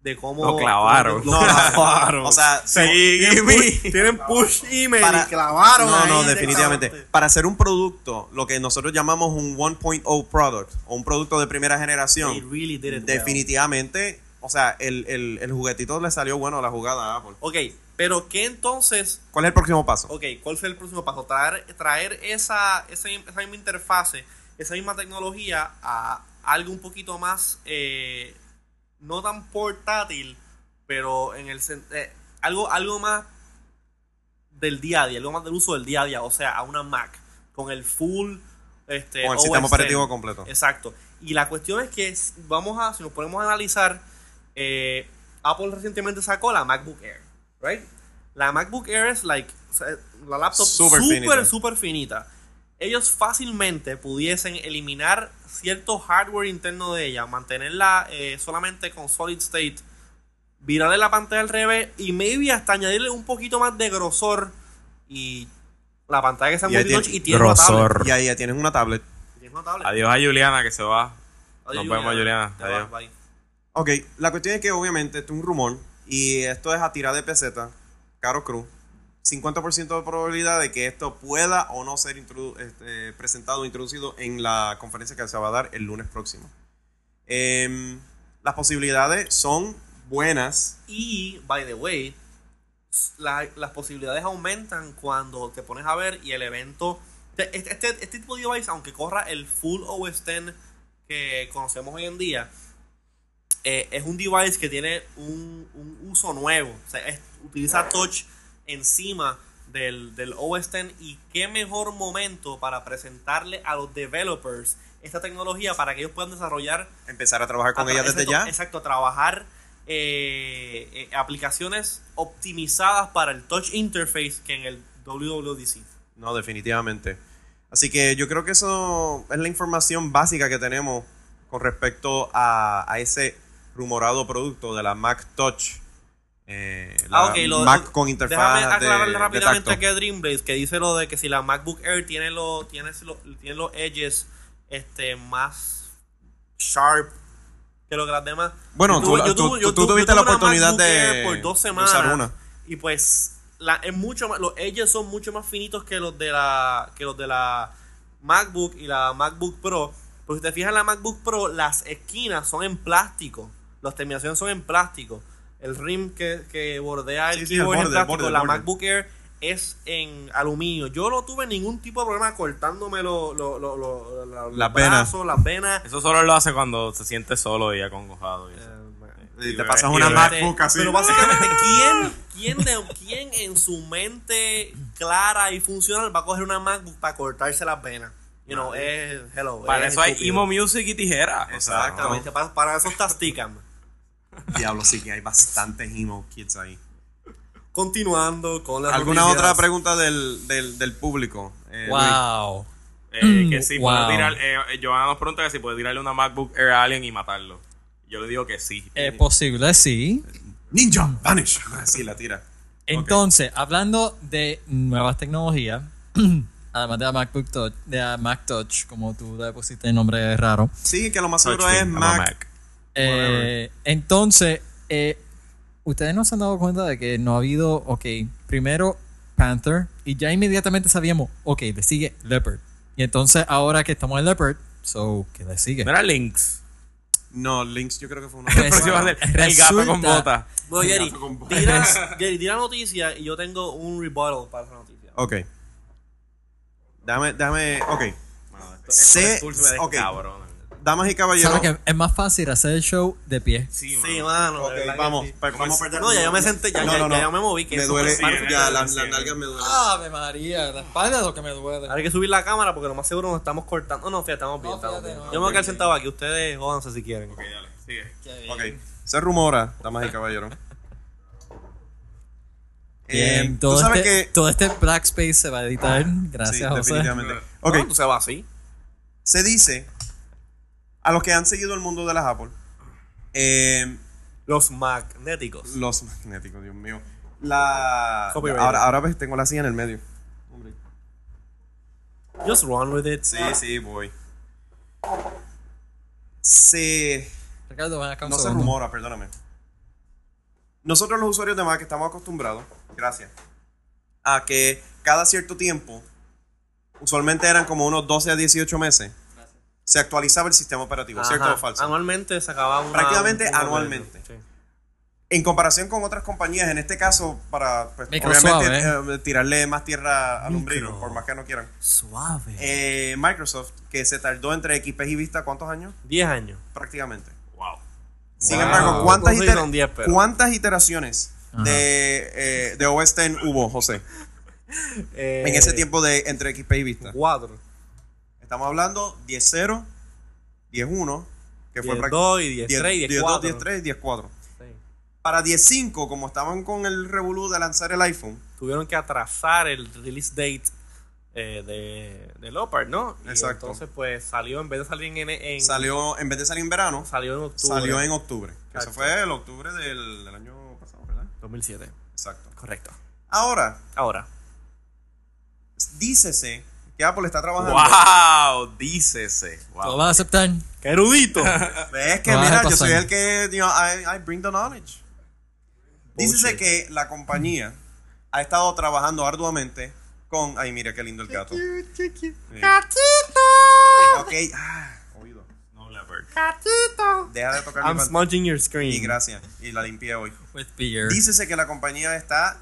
E: De cómo.
D: Lo clavaron.
E: Lo clavaron.
A: O sea,
E: Tienen push, tienen push email
A: Para-
E: y clavaron.
A: No,
E: ahí
A: no,
E: directamente.
A: definitivamente. Para hacer un producto, lo que nosotros llamamos un 1.0 product o un producto de primera generación,
E: They really did it well.
A: definitivamente, o sea, el, el, el juguetito le salió bueno a la jugada a Apple.
E: Ok, pero ¿qué entonces?
A: ¿Cuál es el próximo paso?
E: Ok, ¿cuál fue el próximo paso? Traer, traer esa, esa, esa misma interfase, esa misma tecnología a algo un poquito más, eh, no tan portátil, pero en el sen- eh, algo, algo más del día a día, algo más del uso del día a día, o sea, a una Mac con el full... Este,
A: Con el sistema
E: OS X.
A: operativo completo.
E: Exacto. Y la cuestión es que s- vamos a, si nos ponemos a analizar, eh, Apple recientemente sacó la MacBook Air, right? La MacBook Air es like o sea, la laptop
A: Súper
E: súper
A: finita.
E: súper finita. Ellos fácilmente pudiesen eliminar cierto hardware interno de ella, mantenerla eh, solamente con solid state, virarle la pantalla al revés y maybe hasta añadirle un poquito más de grosor y la pantalla que sea
A: Y ahí
E: multitouch
A: tiene-
E: y tiene una tablet.
A: Y ahí ya tienes una tablet.
E: Tiene una tablet.
D: Adiós a Juliana que se va. Nos vemos, Juliana.
E: Te vas,
D: Adiós.
E: bye.
A: Ok, la cuestión es que obviamente esto es un rumor y esto es a tirar de peseta, Caro Cruz. 50% de probabilidad de que esto pueda o no ser introdu- este, presentado o introducido en la conferencia que se va a dar el lunes próximo. Em, las posibilidades son buenas.
E: Y, by the way, la- las posibilidades aumentan cuando te pones a ver y el evento. Este, este, este tipo de device, aunque corra el full OS X que conocemos hoy en día, eh, es un device que tiene un, un uso nuevo. O sea, es- utiliza touch encima del, del OS X y qué mejor momento para presentarle a los developers esta tecnología para que ellos puedan desarrollar
A: Empezar a trabajar con
E: a tra-
A: ella desde
E: exacto,
A: ya.
E: Exacto, trabajar eh, eh, aplicaciones optimizadas para el touch interface que en el WWDC.
A: No, definitivamente. Así que yo creo que eso es la información básica que tenemos con respecto a, a ese rumorado producto de la Mac Touch. Eh, la
E: Ah, ok, lo-
A: Mac
E: lo-
A: con interfaz
E: Déjame
A: de-
E: aclararle
A: de
E: rápidamente
A: tacto.
E: aquí a Dreamblaze que dice lo de que si la MacBook Air tiene, los tiene, lo- tiene los edges este, más sharp que lo que las demás.
A: Bueno,
E: Yo tuve-
A: tú-
E: yo
A: tú-
E: tuve- yo
A: tú
E: tuve-
A: tuviste
E: yo tuve
A: la
E: una
A: oportunidad
E: MacBook
A: de-
E: Air por dos
A: de
E: semanas.
A: usar una.
E: Y pues la, es mucho más, los edges son mucho más finitos que los de la que los de la MacBook y la MacBook Pro. Porque si te fijas en la MacBook Pro, las esquinas son en plástico. Las terminaciones son en plástico. El rim que, que bordea el
A: Sí, sí, el
E: keyboard es en
A: borde, el
E: plástico.
A: borde, el
E: la
A: borde.
E: MacBook Air es en aluminio. Yo no tuve ningún tipo de problema cortándome los lo, lo- lo- lo- los
A: Las
E: brazos, las venas.
D: Eso solo lo hace cuando se siente solo y acongojado. Y eso.
E: Eh,
A: Y te
D: Y
A: pasas
D: ve-
A: una
D: y ve-
E: Este,
A: MacBook así.
E: Pero básicamente, ¿quién, quién, de- quién en su mente clara y funcional va a coger una MacBook para cortarse las venas? You know, es hello.
D: Para
E: es
D: eso hay
E: estúpido.
D: emo music y tijera.
A: Exactamente.
E: Exactamente, para, para eso está Stickham.
A: Diablo, sí que hay bastantes emo kids ahí.
E: Continuando con las
A: ¿Alguna
E: noticias.
A: otra pregunta del, del, del público? Eh, Luis.
C: Wow.
D: Eh, que si
C: Wow.
D: puede tirar, eh, eh, Johanna nos pregunta que si puede tirarle una MacBook Air a alguien y matarlo. Yo le digo que sí.
C: Es posible, sí.
A: Ninja, vanish. Así la tira.
C: Entonces, hablando de nuevas tecnologías, además de la MacBook Touch, de la Mac Touch, como tú le pusiste el nombre raro.
A: Sí, que lo más seguro
D: Touch
A: es
D: screen, I'm a
A: Mac.
D: Mac.
C: Eh, entonces, eh, ustedes no se han dado cuenta de que no ha habido, ok, primero Panther y ya inmediatamente sabíamos, ok, le sigue Leopard. Y entonces ahora que estamos en Leopard, so, que le sigue?
D: No era Lynx.
A: No, Lynx yo creo que fue uno
C: Pues,
A: de
D: Pero sí va a ser el gato con
C: resulta-
D: bota.
E: Bueno, Jerry,
A: Gato con botas.
E: tira, Jerry, tira noticia y yo tengo un rebuttal para esa noticia.
A: Ok. Dame, dame, ok.
D: Se
A: Se- ok. Damas y
C: ¿Sabes
A: caballeros.
C: que es más fácil hacer el show de pie?
D: Sí,
E: Sí,
D: mano.
E: mano. de
A: Ok,
E: verdad que
A: vamos,
E: sí.
A: pa- vamos a perder.
E: No, ya yo me senté, ya,
A: No,
E: ya,
A: no, no.
E: ya yo me moví. que
A: Me
E: eso
A: duele,
E: fue- mano,
D: sí,
A: ya
D: sí,
A: las
D: sí.
A: las nalgas me duelen.
E: Ah.
C: Ave María, la espalda es lo que me duele.
E: Ahora hay que subir la cámara porque lo más seguro nos estamos cortando. No, no, fíjate, estamos bien.
C: No,
E: estamos
C: fíjate,
E: bien. Yo
C: no.
E: me voy a quedar sentado aquí. Ustedes jódanse si quieren.
D: Ok, dale, sigue.
A: Ok. eh, Se rumora, damas y caballeros.
C: Bien,
A: Eh,
C: todo,
A: tú sabes
C: este,
A: que. Ah,
C: todo este black space se va a editar. Gracias,
A: sí,
C: José.
A: definitivamente. Ok,
E: No, tú se va así.
A: se dice a los que han seguido el mundo de las Apple, eh,
E: Los magnéticos.
A: los magnéticos, Dios mío. La,
E: Copyright.
A: ahora, ahora ves, tengo la silla en el medio.
E: Just run with it.
C: Ah.
A: Sí, sí, voy. Se.
C: Ricardo, ven acá un
A: No se
C: segundo.
A: rumora, perdóname. Nosotros los usuarios de Mac estamos acostumbrados, gracias, a que cada cierto tiempo, usualmente eran como unos 12 a 18 meses, se actualizaba el sistema operativo,
E: Ajá.
A: ¿cierto o
C: Ah,
A: falso?
E: Anualmente se acababa una-
A: Prácticamente
E: una-
A: anualmente.
E: Sí.
A: en comparación con otras compañías, en este caso, para pues,
C: Microsoft,
A: obviamente, eh, tirarle más tierra al ombligo, por más que no quieran.
C: Suave.
A: Eh, Microsoft, que se tardó entre XP y Vista, ¿cuántos años?
E: 10 años.
A: Prácticamente.
D: Wow.
A: Sin
E: Wow.
A: embargo, ¿cuántas,
E: Entonces
A: itera-
E: son 10, pero-
A: cuántas iteraciones de, eh, de OS X hubo, José?
E: Eh,
A: En ese tiempo de entre XP y Vista.
E: 4.
A: Estamos hablando 10.0, 10.1, que fue
E: 2 y 10, 3 y 10,
A: 10.2,
E: 4.
A: 10.3 y 10.4. Para 10.5, como estaban con el revolú de lanzar el iPhone,
E: Tuvieron que atrasar el release date eh, de, de Leopard, ¿no? Y
A: Exacto.
E: entonces, pues salió, en vez de salir en. en
A: salió, en vez de salir en verano,
E: salió en octubre.
A: salió en octubre. Que Eso
E: Exacto.
A: fue el octubre del, del año pasado, ¿verdad?
E: 2007.
A: Exacto.
E: Correcto.
A: Ahora,
E: Ahora.
A: dícese que Apple está trabajando.
D: Wow, dícese.
C: ¿Lo
D: Wow.
C: vas a aceptar?
E: ¡Qué erudito!
A: Es que
C: No,
A: mira,
C: vas a
A: yo soy
C: pasar.
A: el que, you know, I, I bring the knowledge. Dícese
E: Bullshit.
A: que la compañía ha estado trabajando arduamente con, ay mira qué lindo el gato. Sí. Ok, ah, oído.
D: No, Leopard.
E: Gatito.
A: Deja de tocar mi
E: I'm
A: pantalla.
E: smudging your
A: Y
E: screen.
A: gracias. Y la limpié hoy.
C: With beer.
A: Dícese que la compañía está.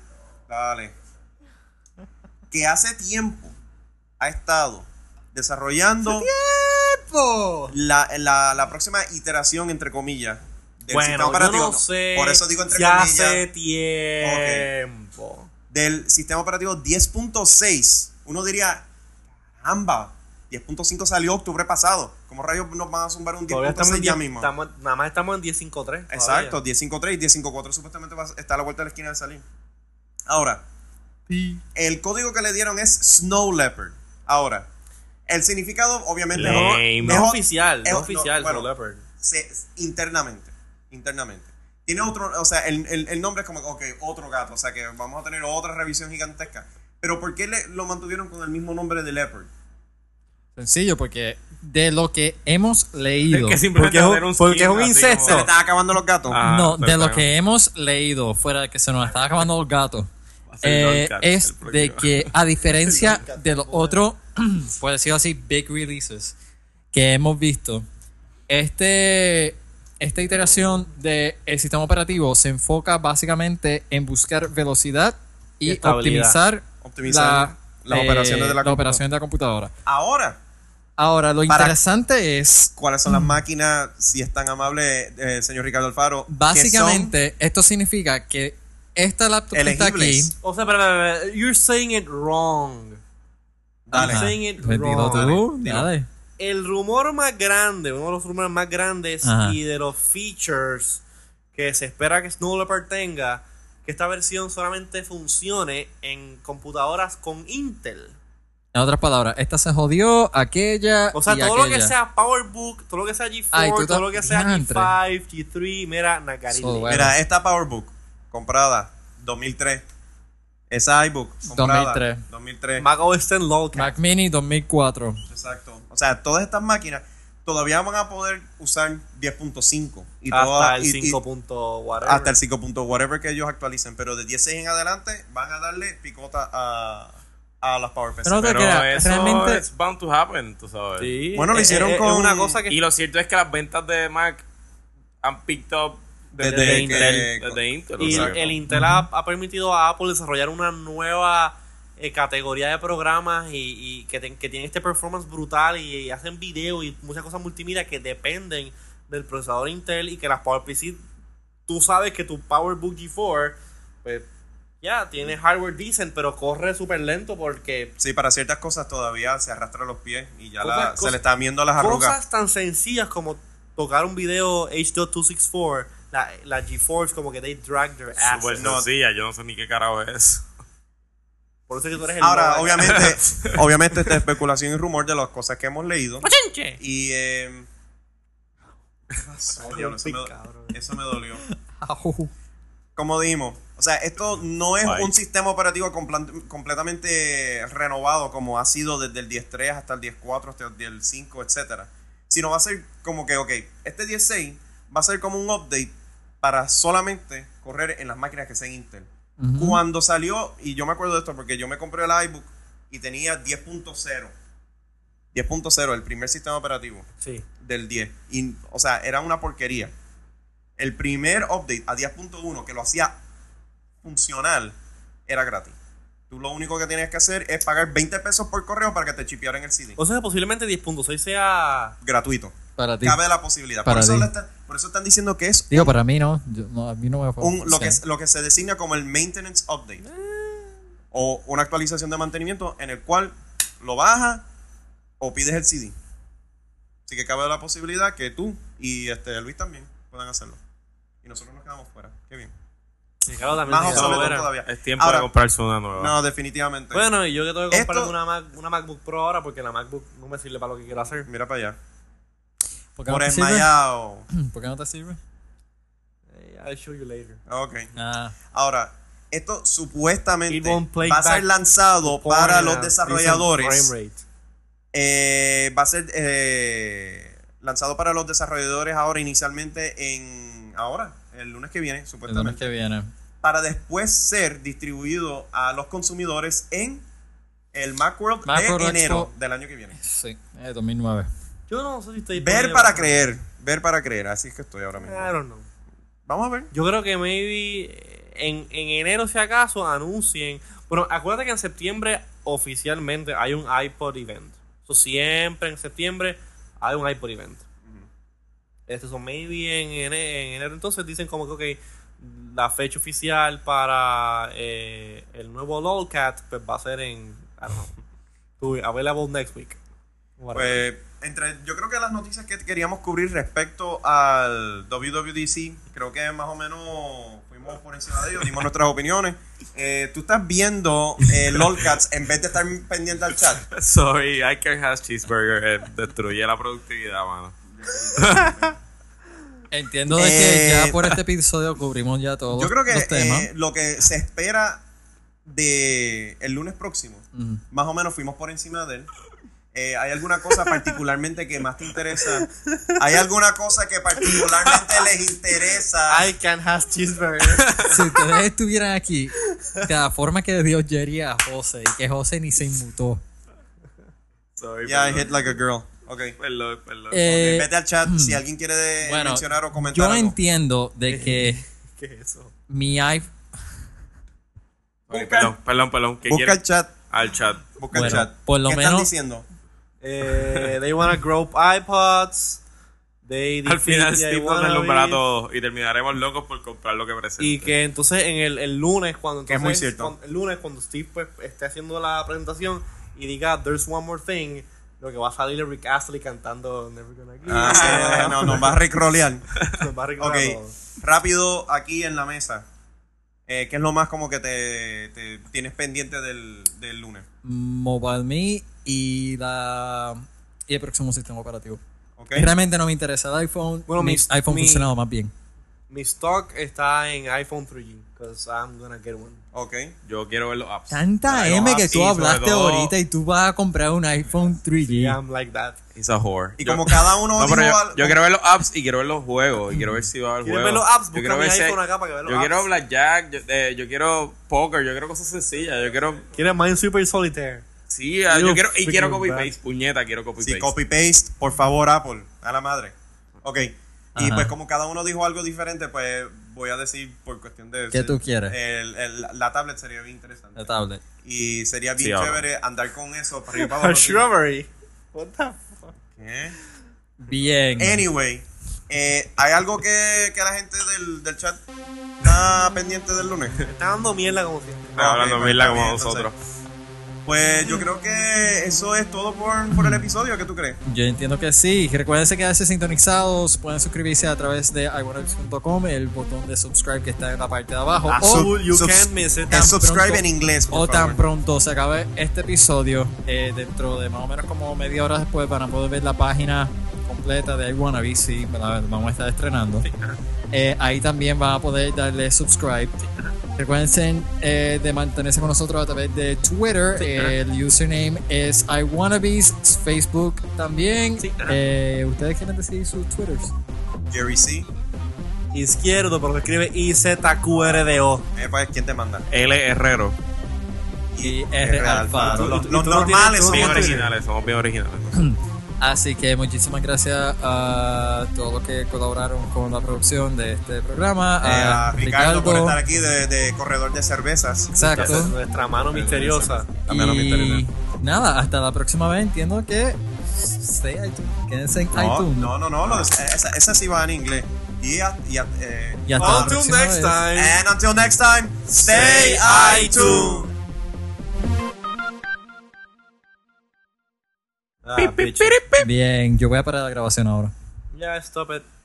A: Dale. Que hace tiempo ha estado desarrollando
E: ¡Oh!
A: La, la, la próxima iteración, entre comillas, del sistema
E: Bueno, yo
A: operativo.
E: no sé.
A: Por eso digo entre
E: si
A: comillas.
E: hace tiempo.
A: Del sistema operativo 10.6. Uno diría, caramba, 10.5 salió octubre pasado. ¿Cómo rayos nos van a zumbar un
E: Todavía estamos
A: 10.6
E: en
A: ya
E: 10
A: mismo?
E: estamos- nada más estamos en 10.53. todavía.
A: Exacto, 10.5.3 y 10.5.4 supuestamente va a estar a la vuelta de la esquina de salir. Ahora, el código que le dieron es Snow Leopard. Ahora, el significado obviamente
E: No,
A: es-
E: no es oficial, no
A: es-
E: es
A: no,
E: oficial,
A: bueno,
E: Snow Leopard.
A: se- internamente, internamente. Tiene otro, o sea, el, el- el nombre es como, ok, otro gato, o sea que vamos a tener otra revisión gigantesca. Pero ¿por qué le- lo mantuvieron con el mismo nombre de Leopard?
C: Sencillo, porque de lo que hemos leído.
E: que simplemente
C: porque,
E: hacer
C: es
E: un
C: un- porque es
E: skin
C: un
E: así
C: insecto.
E: como-
A: Están acabando los gatos.
D: Ah,
C: no,
D: pero
C: de lo
D: está bien.
C: que hemos leído, fuera de que se nos estaba acabando los gatos, eh,
D: Lolcat el
C: es
D: próximo.
C: de que, a diferencia de los otros, por decirlo así, big releases que hemos visto, este, esta iteración del sistema operativo se enfoca básicamente en buscar velocidad
E: Y
C: y
E: estabilidad.
C: optimizar,
A: Optimizar las operaciones de la
C: las
A: compu-
C: operaciones de la computadora.
A: Ahora,
C: Ahora, lo
A: Para-
C: interesante es,
A: ¿cuáles son las máquinas, si es tan amable, eh, señor Ricardo Alfaro? que son
C: básicamente, esto significa que esta laptop que está aquí...
A: elegibles?
E: O sea, pero, pero, pero, you're saying it wrong.
A: Dale.
E: I'm saying it
C: Pues dilo
E: wrong.
C: tú,
A: Dale, dilo.
C: dale.
E: El rumor más grande, uno de los rumores más grandes
C: Ajá.
E: y de los features que se espera que Snow Leopard tenga, que esta versión solamente funcione en computadoras con Intel.
C: En otras palabras, esta se jodió, aquella.
E: O sea,
C: y
E: todo lo que
C: aquella.
E: sea PowerBook, todo lo que sea G4,
C: Ay, tú
E: todo
C: estás-
E: lo que sea
C: diantre.
E: G5, G3, mira, Nacari.
C: So, bueno.
A: Mira, esta PowerBook comprada 2003. Esa iBook comprada
C: 2003.
A: 2003.
E: Mac OS X Lolcat.
C: Mac Mini 2004.
A: Exacto. O sea, todas estas máquinas todavía van a poder usar 10.5 y
E: hasta
A: todas-
E: el
A: y- y-
E: 5. punto whatever.
A: hasta el 5 punto, whatever que ellos actualicen, pero de 16 en adelante van a darle picota a, a las PowerPC.
C: Pero no te
D: Pero
C: creas,
D: eso
C: realmente-
D: es bound to happen, tú sabes.
E: Sí,
A: Bueno, lo
E: es-
A: hicieron
E: es- es
A: con-
E: una cosa que
D: Y lo cierto es que las ventas de Mac han picked up
A: desde,
E: desde
A: que-
E: Intel,
D: desde Intel. o
E: Y
D: sea,
E: el Intel ha, ha permitido a Apple desarrollar una nueva eh, categoría de programas y, y que, ten- que tienen este performance brutal y, y hacen video y muchas cosas multimedia que dependen del procesador Intel y que las PowerPC, tú sabes que tu PowerBook G4, pues ya, tiene hardware decent, pero corre súper lento porque
A: Sí, para ciertas cosas todavía se arrastra los pies y ya
E: Cosas-
A: la- se
E: cosas-
A: le están viendo las arrugas.
E: cosas tan sencillas como tocar un video H.264, la, la GeForce como que they drag their ass.
D: Súper
A: no.
D: sencilla, yo ah, no sé ni qué carajo es.
E: Por eso es que tú eres el
A: Ahora,
E: lobo.
A: obviamente, obviamente esta es especulación y rumor de las cosas que hemos leído.
E: ¡Pochinche!
A: Y eh, diablo, eso, me, do- eso me dolió. Como dijimos, o sea, esto no es
D: Bye.
A: un sistema operativo complan- completamente renovado como ha sido desde el 10.3 hasta el 10.4, hasta el 10.5, etcétera. Sino va a ser como que, ok, este 10.6 va a ser como un update para solamente correr en las máquinas que sean Intel. Cuando salió, y yo me acuerdo de esto porque yo me compré el iBook y tenía 10.0. 10.0, el primer sistema operativo
E: Sí.
A: del 10. Y, o sea, era una porquería. El primer update a 10.1 que lo hacía funcional era gratis. Tú lo único que tenías que hacer es pagar 20 pesos por correo para que te chipearan el CD.
E: O sea, posiblemente 10.6 sea.
A: Gratuito.
C: Para ti.
A: Cabe la posibilidad. Por
C: Para
A: eso,
C: ti.
A: le están, por eso están diciendo que es
C: Digo, para mí no. Yo, no a mí no me
E: Pues,
C: va
A: un- lo, que, lo que se designa como el maintenance update. O una actualización de mantenimiento en el cual lo bajas o pides el CD. Así que cabe la posibilidad que tú y este Luis también puedan hacerlo. Y nosotros nos quedamos fuera. Qué bien.
E: Claro, también
A: Más
E: se
A: obsoleto
E: logra.
A: todavía.
D: Es tiempo
A: Ahora-
D: de comprarse una nueva.
A: No, definitivamente.
E: Ah. Bueno, y yo que tengo que comprarme
A: Esto-
E: una, Mac- una MacBook Pro ahora porque la MacBook no me sirve para lo que quiero hacer.
A: Mira para allá.
C: ¿Por qué no
A: Por
C: te
E: pues.
C: sirve?
A: enmayado.
C: ¿Por qué no te sirve?
E: Eh, I'll show you later.
A: Ok.
C: Ah,
A: Ahora, esto
E: It
A: supuestamente
E: won't play
A: va a
E: back
A: ser lanzado para
E: Porn,
A: los
E: uh, decent
A: desarrolladores.
E: frame rate.
A: Eh, va a ser eh, lanzado para los desarrolladores ahora inicialmente en ahora, el lunes que viene,
C: el lunes
A: supuestamente,
C: que viene.
A: para después ser distribuido a los consumidores en el Macworld
C: Macworld
A: de enero
C: Expo.
A: del año que viene.
C: Sí, eh, 2009.
E: Yo no sé si estoy
A: Ver
E: disponible
A: para creer. Ver para creer. Así es que estoy ahora mismo.
E: I don't know.
A: Vamos a ver.
E: Yo creo que maybe en, en enero, si acaso, anuncien. Bueno, acuérdate que en septiembre oficialmente hay un iPod event. So, siempre en septiembre hay un iPod event. Este, so, maybe en, ene- en enero entonces dicen como que, ok, la fecha oficial para eh, el nuevo LOLCAT pues va a ser en, I don't know, to be available next week. Whatever.
A: Pues, entre, yo creo que las noticias que queríamos cubrir respecto al WWDC, creo que más o menos fuimos por encima de ellos, dimos nuestras opiniones. Eh, tú estás viendo eh, LOLCats en vez de estar pendiente al chat.
D: Sorry, I can has cheeseburger. eh, destruye la productividad, mano.
C: Entiendo de que
A: Eh,
C: ya por este episodio cubrimos ya todos
A: Yo creo que
C: los temas.
A: eh, lo que se espera de el lunes próximo,
C: Ujú.
A: más o menos fuimos por encima de él. Eh, ¿Hay alguna cosa particularmente que más te interesa? ¿Hay alguna cosa que particularmente les interesa?
E: I can have cheeseburger.
C: si ustedes estuvieran aquí, de la forma que dio Jerry a José y que José ni se inmutó.
D: Sorry,
A: Yeah, I
D: perdón.
A: hit like a girl. Ok.
D: Perdón, perdón.
C: Eh,
A: Vete al chat si alguien quiere de-
C: bueno,
A: mencionar o comentar.
C: yo
A: algo.
C: entiendo de que
E: ¿Qué es eso?
C: mi iPhone.
D: Sorry, perdón, perdón, perdón. ¿Qué
A: Busca el
D: quieres?
A: chat.
D: Al chat.
A: Busca el
C: Bueno,
A: chat.
C: por lo
A: ¿Qué
C: menos-
A: están diciendo?
E: Eh, they wanna grow up iPods. They
D: Al
E: defeat
D: final,
E: DIY
D: Steve nos deslumbrará a todos y terminaremos locos por comprar lo que presenta.
E: Y que entonces en el, el lunes, cuando
A: Que es muy
E: entonces,
A: cierto.
E: cuando- el lunes, cuando Steve pues, esté haciendo la presentación y diga There's one more thing, lo que va a salir es Rick Astley cantando Never Gonna Give.
A: Ah, sí, no, nos va a recrolear.
E: Nos va a recordar
A: Ok.
E: a todos.
A: Rápido, aquí en la mesa. Eh, ¿Qué es lo más como que te, te tienes pendiente del, del lunes?
C: Mobile Me y la y el próximo sistema operativo.
A: ¿Ok?
C: Realmente no me interesa el iPhone.
E: Bueno,
C: mi
E: mis-
C: iPhone
E: mi-
C: funcionaba más bien.
E: Mi stock está en iPhone 3G, because I'm gonna get one.
A: Ok.
D: Yo quiero ver los apps.
C: Tanta
D: Pero
C: M que
D: así,
C: tú hablaste
D: sobre todo-
C: ahorita y tú vas a comprar un iPhone 3G.
E: Yeah, I'm like that.
D: He's a whore.
A: Y
D: Yo-
A: como cada uno
D: No, pero
A: dijo
D: yo,
A: al-
D: yo quiero ver los apps y quiero ver los juegos. Y quiero ver si va a haber
E: ¿Quieres
D: juegos.
E: ver los apps?
D: Yo
E: Busca
D: quiero
E: mi
D: ver si-
E: iPhone acá para que vea los
D: Yo quiero
E: apps.
D: blackjack, yo, eh, yo quiero poker, yo quiero cosas sencillas. Yo quiero.
E: ¿Quieres Mind Super Solitaire?
D: Sí, ah, yo
E: You
D: quiero. Y quiero
E: freaking
D: copy
E: bad.
D: paste, puñeta, quiero copy
A: Sí,
D: paste.
A: copy paste, por favor, Apple. A la madre. Ok. Y
C: Ajá.
A: pues como cada uno dijo algo diferente, pues voy a decir por cuestión de...
C: ¿Qué tú quieres?
A: el- el- la tablet sería bien interesante.
C: La tablet.
A: Y sería bien
D: Sí, ahora.
A: chévere andar con eso para arriba y para
E: Or
A: abajo.
E: Shrubbery. What the fuck?
A: ¿Qué?
C: Bien.
A: Anyway, eh, ¿hay algo que, que la gente del, del chat está pendiente del lunes?
E: Está dando mierda como siempre.
D: Estaba
A: Ah,
D: hablando
A: ok,
D: mierda
A: está
D: como
A: bien, entonces.
D: nosotros.
A: Pues yo creo que eso es todo por, por el episodio. ¿Qué tú crees?
C: Yo entiendo que sí. Recuerden quedarse sintonizados. Pueden suscribirse a través de iWannabe.com, el botón de subscribe que está en la parte de abajo.
A: Ah,
C: o,
A: sub-
E: Oh, You
A: subs-
E: can't miss it. Oh,
A: Es subscribe
C: pronto.
A: en inglés, por
C: o tan
A: favor.
C: pronto se acabe este episodio, eh, dentro de más o menos como media hora después, van a poder ver la página completa de iWannabe. Sí, la vamos a estar estrenando. Eh, ahí también van a poder darle subscribe. Recuerden eh, de mantenerse con nosotros a través de Twitter. El username es iWannabes. Facebook también. Eh, ¿Ustedes quieren decir sus Twitters?
A: Jerry C.
E: Izquierdo, porque escribe IZQRDO.
A: Eh, pues, ¿Quién te manda?
D: L Herrero.
C: Y
A: R.
C: R. Alfaro.
A: Alfaro. Los,
E: y tú
A: los
E: no tienes-
A: normales
E: tú no
A: son
D: Bien
E: Twitter.
D: originales, somos bien originales.
C: Así que muchísimas gracias a todos los que colaboraron con la producción de este programa.
E: Ah,
C: A,
A: Eh, Ah, Ricardo, por estar aquí de, de corredor de cervezas.
E: Entonces,
C: Exacto.
E: nuestra mano misteriosa.
C: Y
D: También a mí me interesa.
C: nada, hasta la próxima vez. Entiendo que stay iTunes. Quédense en
A: No,
C: iTunes.
A: no, no, no, lo- esa, esa sí va en inglés. Y, a- y a- eh,
C: Y hasta la
E: Until
C: próxima
E: next
C: vez.
E: time.
A: And until next time, stay
E: Stay
A: iTunes.
E: Ah, bitch. Ah,
C: Bien, yo voy a parar la grabación ahora.
E: Yeah, stop it.